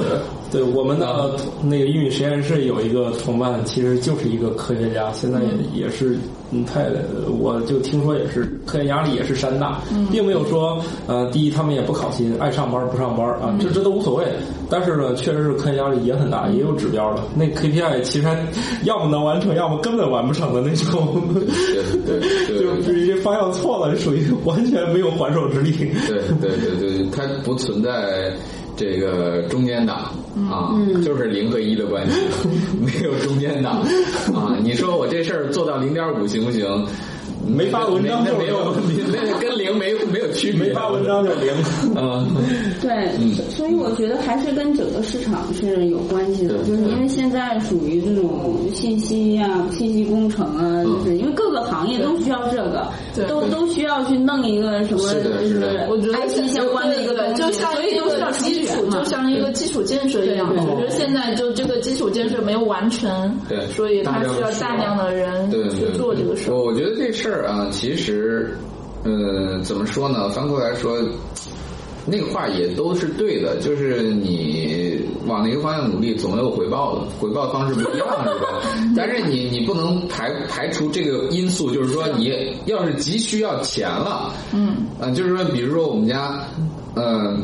对，我们的那个英语实验室有一个同伴，其实就是一个科学家，现在也是，嗯，太，我就听说也是科研压力也是山大，并没有说，呃，第一他们也不考勤，爱上班不上班啊，这这都无所谓。但是呢，确实是科研压力也很大，也有指标的，那 KPI 其实还要么能完成，要么根本完不成的那种。
对对
就
对
是你这方向错了，属于完全没有还手之力。
对对对对，它不存在这个中间档啊，就是零和一的关系，没有中间档啊。你说我这事儿做到零点五行不行？
没发文章
那
就是
没有，那跟零没没有区别。
没发文章就零。
啊，
对，
嗯
所以我觉得还是跟整个市场是有关系的，
对
就是因为现在属于这种信息啊、信息工程啊，
嗯
就是因为各个行业都需要这个，
对
都都需要去弄一个什么，
是的
就是
的
我觉得
IT 相关的一个
对
东西，
就像
所以
一
都需
个
要程序
基础，
员嘛
就。像一个基础建设一样。
对
我觉得现在就这个基础建设没有完成，
对
所以它需要大量的人
对
去
对
做这个事儿。
我我觉得这事儿啊，其实，呃，怎么说呢？翻过来说，那个话也都是对的，就是你往哪个方向努力，总有回报的，回报方式不一样，是吧？ 但是你你不能排排除这个因素，就是说你要是急需要钱了，
嗯，
啊，就是说，比如说我们家，嗯、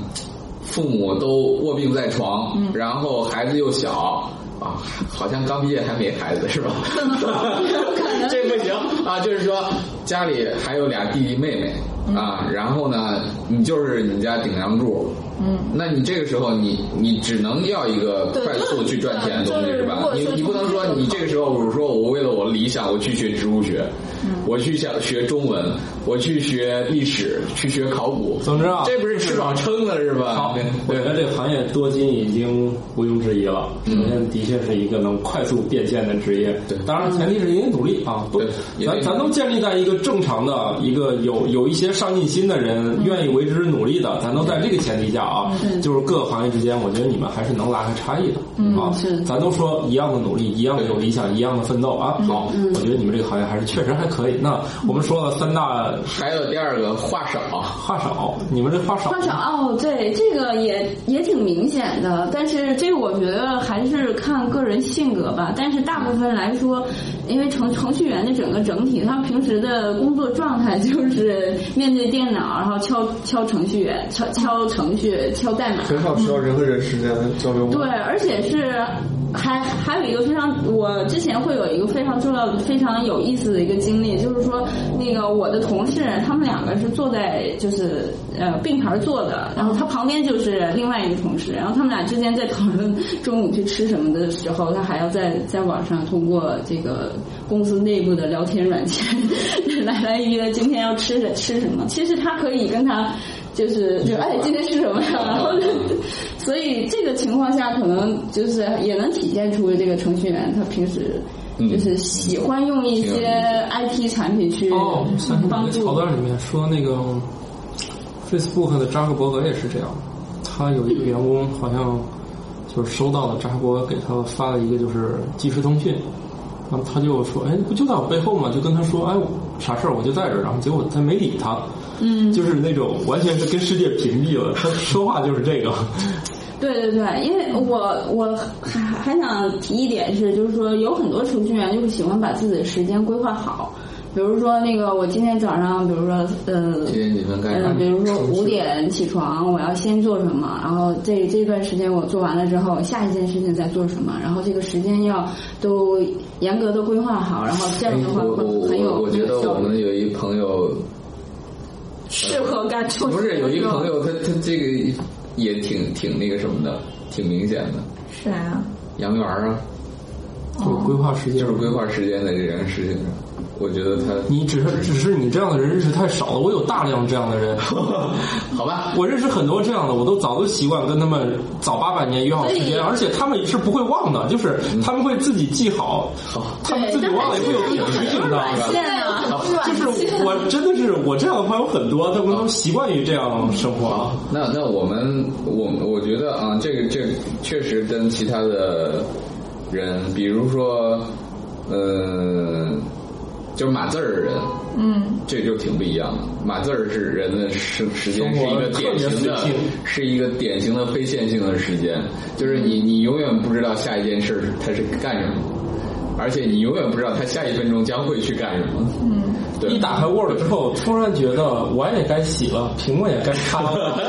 父母都卧病在床，
嗯
然后孩子又小。啊，好像刚毕业还没孩子 是吧？这不行啊！就是说家里还有俩弟弟妹
嗯
妹啊，然后呢，你就是你家顶梁柱，嗯，那你这个时候你你只能要一个
对
快速去赚钱的
就
东西
是
是吧
如果？
你
是
你不能说你这个时候，我说我为了我理想，我去学植物学，我去想学中文，我去学历史，去学考古，
总之啊
这不是吃饱撑的是吧
好？
对，
我觉得这个行业多金已经毋庸置疑了。首先，的确是一个能快速变现的职业。
对
当然前提是一定努力啊。不
对，也
咱
得
咱都建立在一个正常的一个有有一些上进心的人愿意为之努力的，咱都在这个前提下啊，就是各个行业之间，我觉得你们还是能拉开差异的啊。
是
咱都说一样的努力，一样的有理想，一样的奋斗啊。好，我觉得你们这个行业还是确实还可以。那我们说了三大
还有第二个话少，
话少，你们这话少
花少哦，对，这个也也挺明显的，但是这个我觉得还是看个人性格吧。但是大部分来说，因为程程序员的整个整体，他平时的工作状态就是面对电脑，然后敲敲程序员，敲敲程序，敲代码。
很少需要人和人之间的交流。
对，，而且是还还有一个非常，我之前会有一个非常重要的、非常有意思的一个经历，就是说那个我的同事，他们两个是坐在就是呃并排坐的，然后他旁边就是另外一个同事，然后他们俩之间在讨论中午去吃什么的时候，他还要在在网上通过这个公司内部的聊天软件 来来约今天要吃的吃什么，其实他可以跟他。就是就哎，今天吃什么呀？然后就所以这个情况下，可能就是也能体现出这个程序员他平时
嗯
就是喜欢用一些 IT 产品去
哦，像是那
帮
个
助
桥段里面说那个 Facebook 的扎克伯格也是这样，他有一个员工好像就是收到了扎克伯格给他发了一个就是即时通讯，然后他就说：“哎，不就在我背后吗？”就跟他说：“哎，我啥事儿我就在这儿。”然后结果他没理他，嗯，就是那种完全是跟世界屏蔽了，他说话就是这个，
对对对，因为我我还还想提一点是，就是说有很多程序员就是喜欢把自己的时间规划好，比如说那个我今天早上，比如说呃，
今天你们干啥
嗯，？比如说五点起床，我要先做什么，然后这这段时间我做完了之后，下一件事情再做什么，然后这个时间要都严格的规划好，然后这样的话
哎我
会
我
很有
我我觉得我们有一朋友
适合干这种
不是有一
工作
朋友，他他这个也挺挺那个什么的，挺明显的。
谁啊？
杨元儿啊，
就是规划时间
就是规划时间的这件事情上，我觉得他
你只是只是你这样的人认识太少了，我有大量这样的人。
好吧，
我认识很多这样的，我都早都习惯跟他们早八百年约好时间，而且他们是不会忘的，就是他们会自己记好，他们自己忘了也会有提醒的。
现在有很多软
就是我真的是我这样的朋友很多，他们都习惯于这样生活了。
那那我们我我觉得啊，这个这个确实跟其他的人，比如说，呃，就是码字儿的人，
嗯，
这就挺不一样了。码字儿是人的时时间是
生
一
活
个典型
特
的
别随性，
是一个典型的非线性的时间，就是你你永远不知道下一件事儿它是干什么，而且你永远不知道他下一分钟将会去干什么。嗯，对，
一打开 Word 之后，突然觉得碗也该洗了，屏幕也该擦了。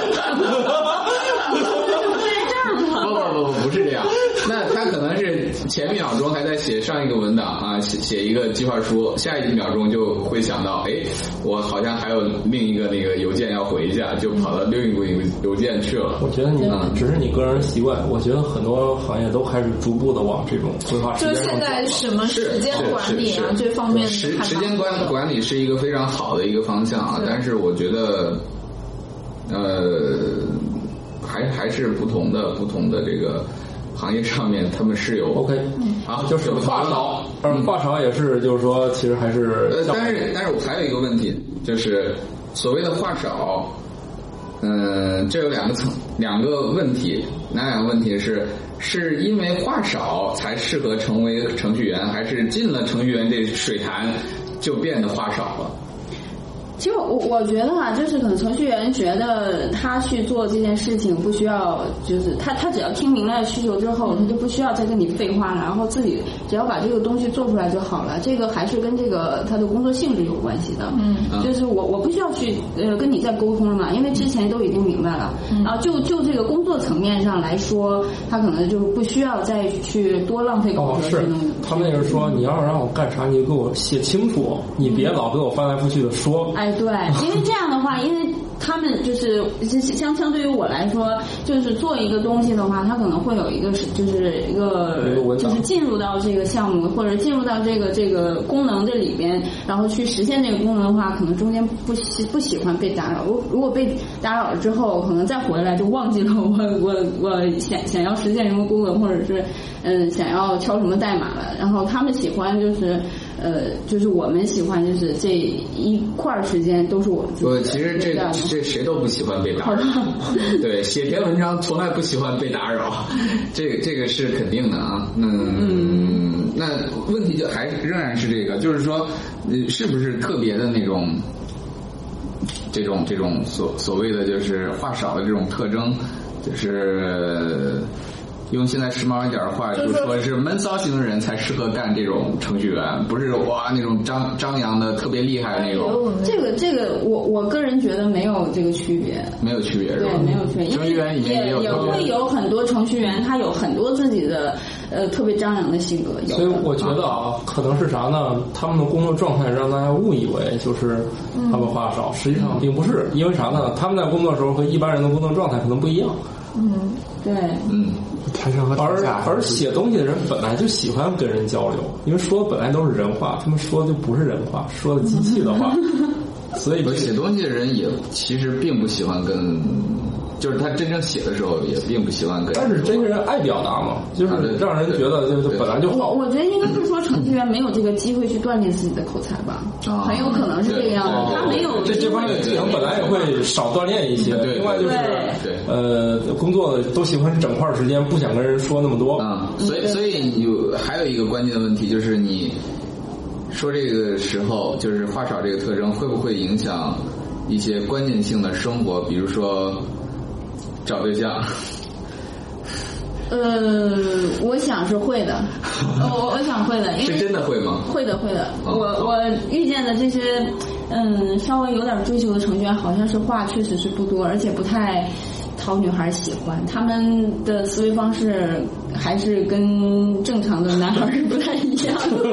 不不不不不是这样，那他可能是前一秒钟还在写上一个文档啊，写写一个计划书，下一秒钟就会想到，哎，我好像还有另一个那个邮件要回一下，就跑到另一个邮邮件去了。
我觉得你只是你个人习惯，我觉得很多行业都开始逐步的往这种规划时
就
间
是
上走
现在
了。
什么时间管理啊
是是
这
是
方面
时
还
时
蛮
间
多
管
的
管理是一个非常好的一个方向啊，但是我觉得，呃，还还是不同的不同的这个行业上面，他们是有
OK，
啊，
就是
有
话
法
痨
老，，
嗯，话痨也是，就是说，其实还是
呃，
效果，
但是但是我还有一个问题，就是所谓的话少，嗯，这有两个层两个问题，哪两个问题是是因为话少才适合成为程序员，还是进了程序员这水潭就变得话少了？
其实我我觉得啊，就是可能程序员觉得他去做这件事情不需要，就是他他只要听明白需求之后，他就不需要再跟你废话了，然后自己只要把这个东西做出来就好了。这个还是跟这个他的工作性质有关系的。嗯，就是我我不需要去呃跟你再沟通了嘛，因为之前都已经明白了。然后就就这个工作层面上来说，他可能就不需要再去多浪费口
哦，
舌
是
去弄。
他们也是说，你要让我干啥，你就给我写清楚，你别老给我翻来覆去的说。
哎，对，因为这样的话，因为他们就是相相对于我来说，就是做一个东西的话，他可能会有一个是就是一个
有一个文档
就是进入到这个项目或者进入到这个这个功能这里边，然后去实现这个功能的话，可能中间不喜不喜欢被打扰。如如果被打扰了之后，可能再回来就忘记了我我我想想要实现什么功能，或者是嗯想要敲什么代码了。然后他们喜欢就是。呃，就是我们喜欢，就是这一块儿时间都是我们自己
我
的。
其实这
就样的
这谁都不喜欢被打扰， 对，写篇文章从来不喜欢被打 扰，这个这个是肯定的啊。嗯，那问题就还仍然是这个，就是说，呃是不是特别的那种，这种这种所所谓的就是话少的这种特征，就是。用现在时髦一点的话，就是说是闷骚型的人才适合干这种程序员，不是哇那种张张扬的特别厉害的那种。
这个这个，我我个人觉得没有这个区别，
没有区别是
对
吧？，
没有区别，因
程序员
为
里面
也
有
也
特
会
别
有很多程序员，他有很多自己的呃特别张扬的性格，有
所以
的
我觉得啊，可能是啥呢？他们的工作状态让大家误以为就是他们话少，实际上并不是，因为啥呢？他们在工作的时候和一般人的工作状态可能不一样，
对，
嗯，
台上和台
而
下，
而写东西的人本来就喜欢跟人交流，因为说的本来都是人话，他们说的就不是人话，说的机器的话，所以
我写东西的人也其实并不喜欢跟就是他真正写的时候也并不希望跟。
但是这个人爱表达嘛，就是
啊
让人觉得就是本来就
我
好。
我觉得应该是说程序员没有这个机会去锻炼自己的口才吧，
啊
很有可能是这个样
对
子。
对
他没有
这这方面的技能本来也会少锻炼一些，
对
另外就是
对对
呃，工作都喜欢整块时间，不想跟人说那么多。
啊、所以所以有还有一个关键的问题就是你说这个时候就是话少这个特征会不会影响一些关键性的生活，比如说找对象？
呃，我想是会的，哦我我想会的，因
是
为
真的会吗？
会的会的。
哦
我我遇见的这些，嗯，稍微有点追求的程序员，好像是话确实是不多，而且不太讨女孩喜欢。他们的思维方式还是跟正常的男孩是不太一样 的。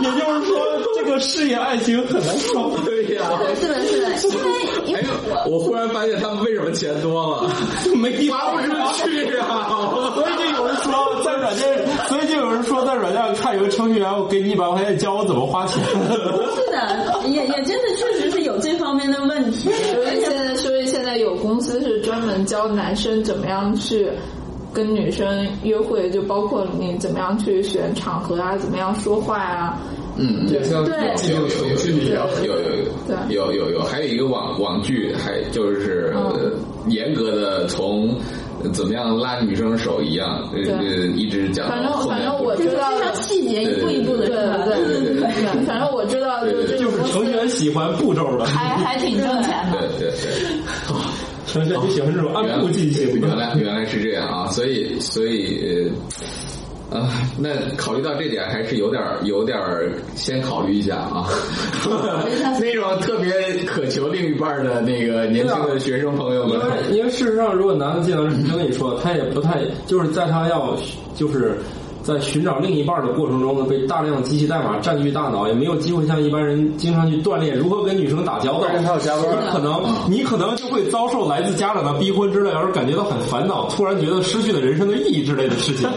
也就是说，这个事业爱情很难说。
对呀、
是的，是的，因为因为
哎呦，我忽然发现他们为什么钱多了，
没地
花不出去啊！
所以就有人说，在软件，所以就有人说，在软件上看有个程序员，我给你一百块钱，教我怎么花钱。
是的，也也真的确实是有这方面的问题。
所以现在，所以现在有公司是专门教男生怎么样去跟女生约会，就包括你怎么样去选场合啊，怎么样说话呀、
嗯，
也像
对
进入程序一样。
有有有
对
有有有，还有一个网网剧，还就是、
嗯
呃严格的从呃怎么样拉女生手一样，呃
对
呃一直讲到
反正
后面
反正我
不
就
知
是
道
非常细节，一步一步
对
的，是吧
对
对对对
对，反正我知道，就这
就
个
是
公
程序
司
员喜欢步骤的，
还还挺挣钱的。
对对对，
程序员就喜欢这种按
原
部就行
原
的。
来原来是这样啊，所以所以呃啊、那考虑到这点，还是有点儿有点儿先考虑一下 啊。那种特别渴求另一半儿的那个年轻的学生朋友
因
们
为，因为事实上，如果男的见到女生跟你说，他也不太就是在他要就是在寻找另一半的过程中呢，被大量的机器代码占据大脑，也没有机会像一般人经常去锻炼如何跟女生打交道。
而且还有加班
可能你可能就会遭受来自家长的逼婚之类，而感觉到很烦恼，突然觉得失去了人生的意义之类的事情。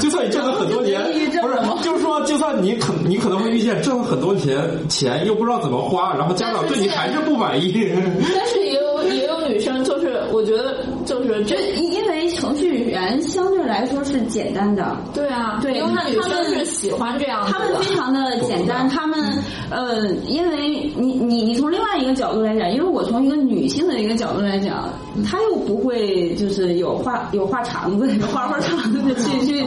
就算你挣了很多年，不是，就是说，就算你可你可能会遇见挣了很多钱钱又不知道怎么花，然后家长对你还是不满意。
但是也有也有女生，就是我觉得就是这，
因因为程序员相对来说是简单的，
对啊，
对
因为
他
女生
们
是喜欢这样子
他们非
的。
常的简单，他们呃，因为你你你从另外一个角度来讲，因为我从一个女性的一个角度来讲，她又不会就是有话有话肠子、有花花肠子去去，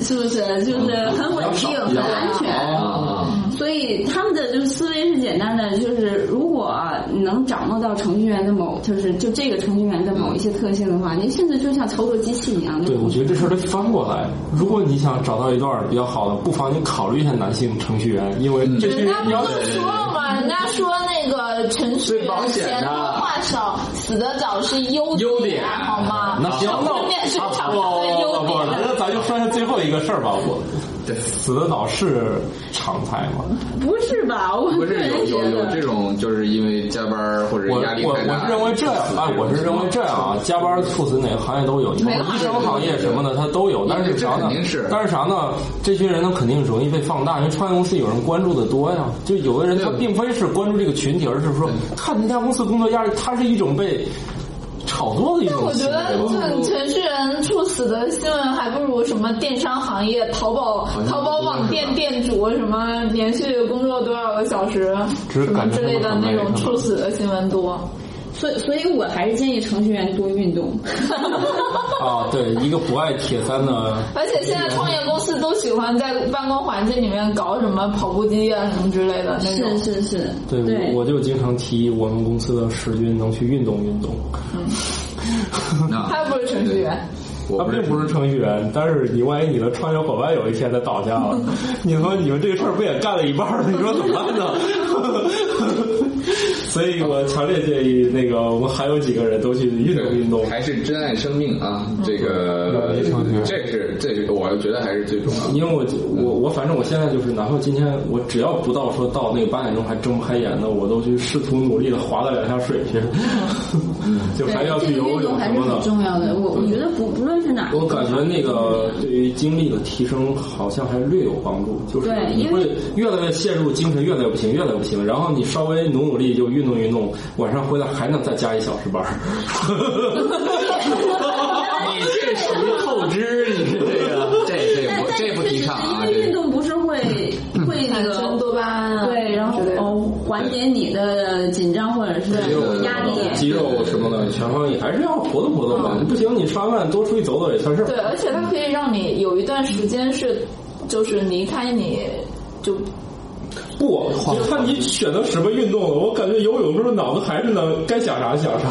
是不是？就是很稳定、很安全。
啊，
所以他们的就是思维是简单的，就是如果啊你能掌握到程序员的某，就是就这个程序员的某一些特性的话，你甚至就像操作机器一样。
对，我觉得这事儿得翻过来。如果你想找到一段比较好的，不妨你考虑一下男性程序员，因为这是
人家不
你要
是说了吗？人家说那个程序
最保
员
险的
钱多话少，死得早是优
优
点
点
好吗？
啊那行那我
正 面是常
不
的优
不，
点。
那咱就说一下最后一个事儿吧。我
对，
死得早是常态嘛。
不是吧？我
不
个
是有
人觉
有有
得
这种，就是因为加班儿或者
我
压力
我
太大。
我是认为这样，哎，我是认为这样啊，加班猝死哪个行业都有，你看医生行业什么的它都有，但是啥
这
呢
肯定是？
但是啥呢？这群人呢肯定容易被放大，因为创业公司有人关注的多呀。就有的人他
对
并非是关注这个群体，而是说看那家公司工作压力，它是一种被炒作的一种
我觉
行为。
得这程序员猝死的新闻，还不如什么电商行业、淘宝、
哎
像
淘宝网店店主什么连续工作多少个小时
只
什
是
么
感觉
之类的
他们很
那种
累
猝死的新闻多。
所以，所以我还是建议程序员多运动。
啊，对，一个不爱铁三的。
而且现在创业公司都喜欢在办公环境里面搞什么跑步机啊什么之类的那种
是。是是，
对，我我就经常提议我们公司的史军能去运动运动，
他
那
又不是程序员，
我嗯
他并不是程序员，但是你万一你的创业伙伴有一天他倒 下了，你说你们这个事儿不也干了一半儿了？你说怎么办呢？所以我强烈建议那个我们还有几个人都去运动运动
对，。还是珍爱生命啊！这个
嗯程序员
这是这是我觉得还是最重要的。
因为我我我反正我现在就是，哪怕今天我只要不到说到那个八点钟还睁不开眼的，我都去试图努力的划了两下水去。
嗯
就还要去
这个
游
运动
泳
还
什
是
么
很
的。
重要的。我我觉得不不论 是哪，
我感觉那个对于精力的提升好像还略有帮助，就是
对
你
因为
会越来越陷入精神，越来越不行，越来越不行。然后你稍微努努力就运动运动，晚上回来还能再加一小时班儿。
你这属于透支，你是这 个，这这
但
不
但
这不提
是
倡啊，
因为
这
运动不是会会那
产生
个
多巴胺啊，
对，然后
之类的
哦缓解你的紧张或者是压力。
肌肉什么的，全方位还是要活动活动吧。你不行，你吃完饭多出去走走也算事
对，
儿。
而且它可以让你有一段时间是，就是离开你就
不，就看你选择什么运动了。我感觉游泳之后脑子还是能该想啥想啥。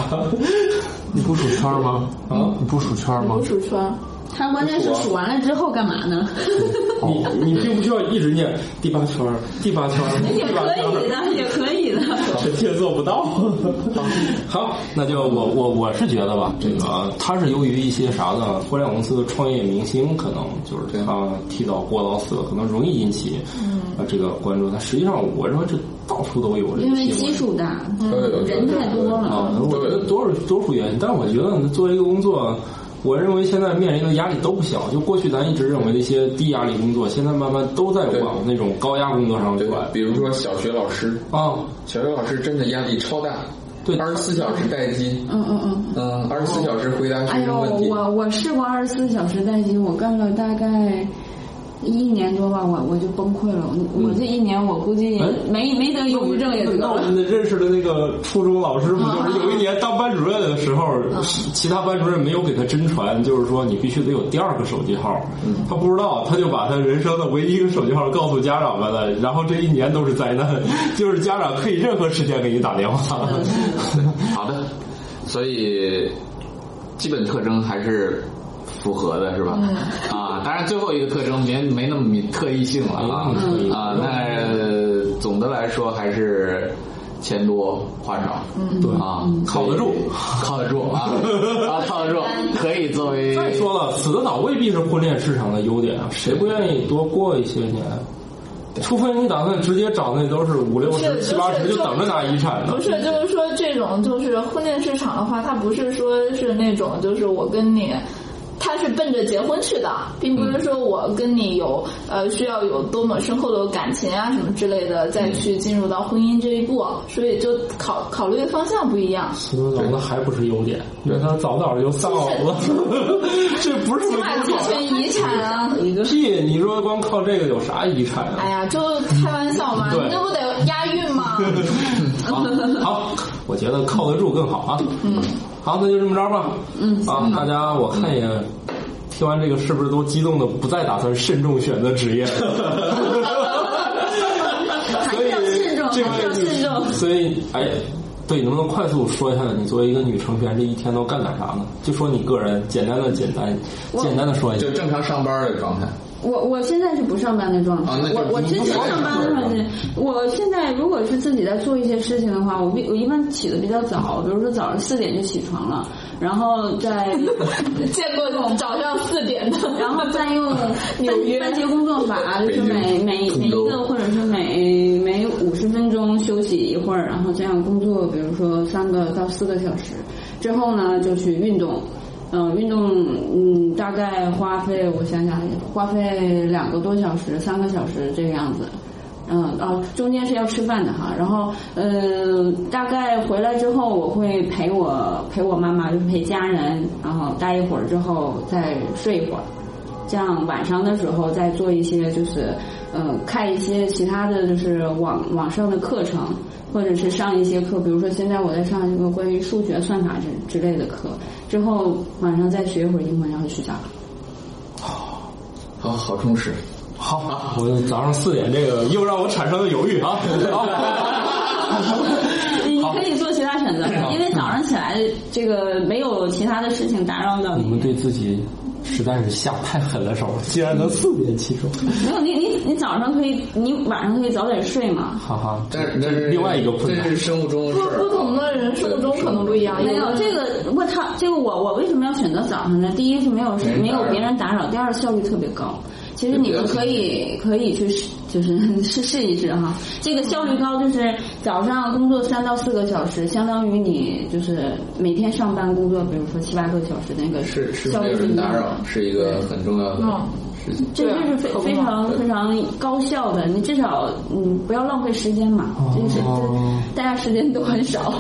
你不数圈儿吗？
啊
你不数圈儿吗
不？数圈儿。
它关键是数完了之后干嘛呢？
你你并不需要一直念第八圈儿、第八圈儿、第
也
八
可
圈儿。
以的，也可以的。
臣妾做不到。 好，那就我我我是觉得吧，这个啊他是由于一些啥呢？互联网公司的创业明星可能就是他提早过劳死了，可能容易引起
嗯
呃这个关注。但实际上，我认为这到处都有这
因
个
为
新闻
基数大，
嗯
个
人太多了。
啊，我觉得多少多数原因，但我觉得作为一个工作，我认为现在面临的压力都不小。就过去咱一直认为的一些低压力工作，现在慢慢都在
对
往那种高压工作上
对
转
吧？比如说小学老师，
啊。
小学老师真的压力超大，
对
二十四小时待机，
嗯嗯嗯。
嗯，二十四小时回答
哎
学
呦，
生问题，
我我试过二十四小时待机，我干了大概一年多吧，我我就崩溃了。我我这一年我估计
嗯哎
没没得忧郁症也得
那我
了。
们的认识的那个初中老师，不就是有一年当班主任的时候，其他班主任没有给他真传，就是说你必须得有第二个手机号，他不知道，他就把他人生的唯一一个手机号告诉家长们了，然后这一年都是灾难， 就是家长可以任何时间给你打电话。
好的，所以基本特征还是符合的，是吧？啊，当然最后一个特征没没那么明特异性了啊、
嗯
啊，那总的来说还是。钱多话少，嗯，对啊，
靠得住，
靠得住啊，啊，靠得住，可以作为
再说了，死得早未必是婚恋市场的优点啊，谁不愿意多过一些年？除非你打算直接找那都是五六十、七八十就等着拿遗产呢
不。是，就是说这种就是婚恋市场的话，它不是说是那种就是我跟你。他是奔着结婚去的，并不是说我跟你有呃需要有多么深厚的感情啊什么之类的，再去进入到婚姻这一步，啊所以就考考虑的方向不一样。
死得早那还不是优点，因为他早早就丧偶 了，这不是
起
什
码
么
继承遗产啊，一个
屁！你说光靠这个有啥遗产啊？
哎呀，就开玩笑嘛，
对
你这不得押韵吗？
啊 好，我觉得靠得住更好啊。嗯，好，那就这么着吧。嗯，啊，大家我看也听完这个，是不是都激动的不再打算慎重选择职业了？所以
还是要慎重
这位
还是要慎重
所以，哎，对，能不能快速说一下你作为一个女程序员这一天都干点啥呢？就说你个人，简单的简单，简单的说一下
就。正常上班的状态。
我我现在是不上班的状态，
啊那就是
我我之前上班的话是，我现在如果是自己在做一些事情的话，我必我一般起的比较早，比如说早上四点就起床了，然后再
见过那种早上四点的，
然后再用
纽约
番番茄工作法，就是每每每一个或者是每每五十分钟休息一会儿，然后这样工作，比如说三个到四个小时，之后呢就去运动。嗯、运动嗯，大概花费我想想，花费两个多小时、三个小时这个样子。嗯，哦，中间是要吃饭的哈，然后呃，大概回来之后，我会陪我陪我妈妈，就是陪家人，然后待一会儿之后再睡一会儿，这样晚上的时候再做一些就是呃看一些其他的就是网网上的课程，或者是上一些课，比如说现在我在上一个关于数学算法之之类的课，之后晚上再学一会儿英文，然后睡觉了。
好好充实，
好，我早上四点这个又让我产生了犹豫 啊。好，
你可以做其他选择，因为早上起来这个没有其他的事情打扰到
你们
你。
对自己实在是下太狠了手，竟然能四点起床，
没有你你你早上可以，你晚上可以早点睡嘛。
哈哈。
但是但是
另外一个困
这
难
是生物钟的事
不
儿啊
不同的人生物钟可能不一样，
没有
的
这个，我他这个我我为什么要选择早上呢？第一是没有
没人打扰
没有别人打扰，第二效率特别高。其实你们可以可以去试，就是 试试一试哈。这个效率高，就是早上工作三到四个小时，相当于你就是每天上班工作，比如说七八个小时那个
是是
效
没
率
有
是
人
一样
打
的
扰，是一个很重要的
嗯
事情。
这就是非非常非常高效的，你至少嗯不要浪费时间嘛，就是
哦
大家时间都很少，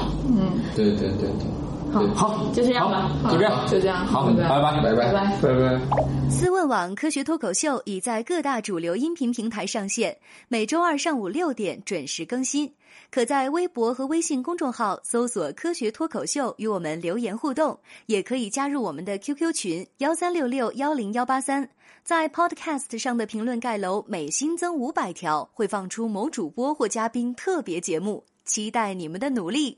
对对对对，
好
对
好，
就这样吧。
好就这样，
就这样
好，
拜拜
拜
拜
拜
拜。
拜。
拜拜。
思问网科学脱口秀已在各大主流音频平台上线，每周二上午六点准时更新。可在微博和微信公众号搜索“科学脱口秀”与我们留言互动，也可以加入我们的 QQ 群幺三六六幺零幺八三。在 Podcast 上的评论盖楼每新增五百条，会放出某主播或嘉宾特别节目。期待你们的努力，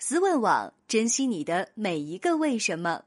思问网，珍惜你的每一个为什么。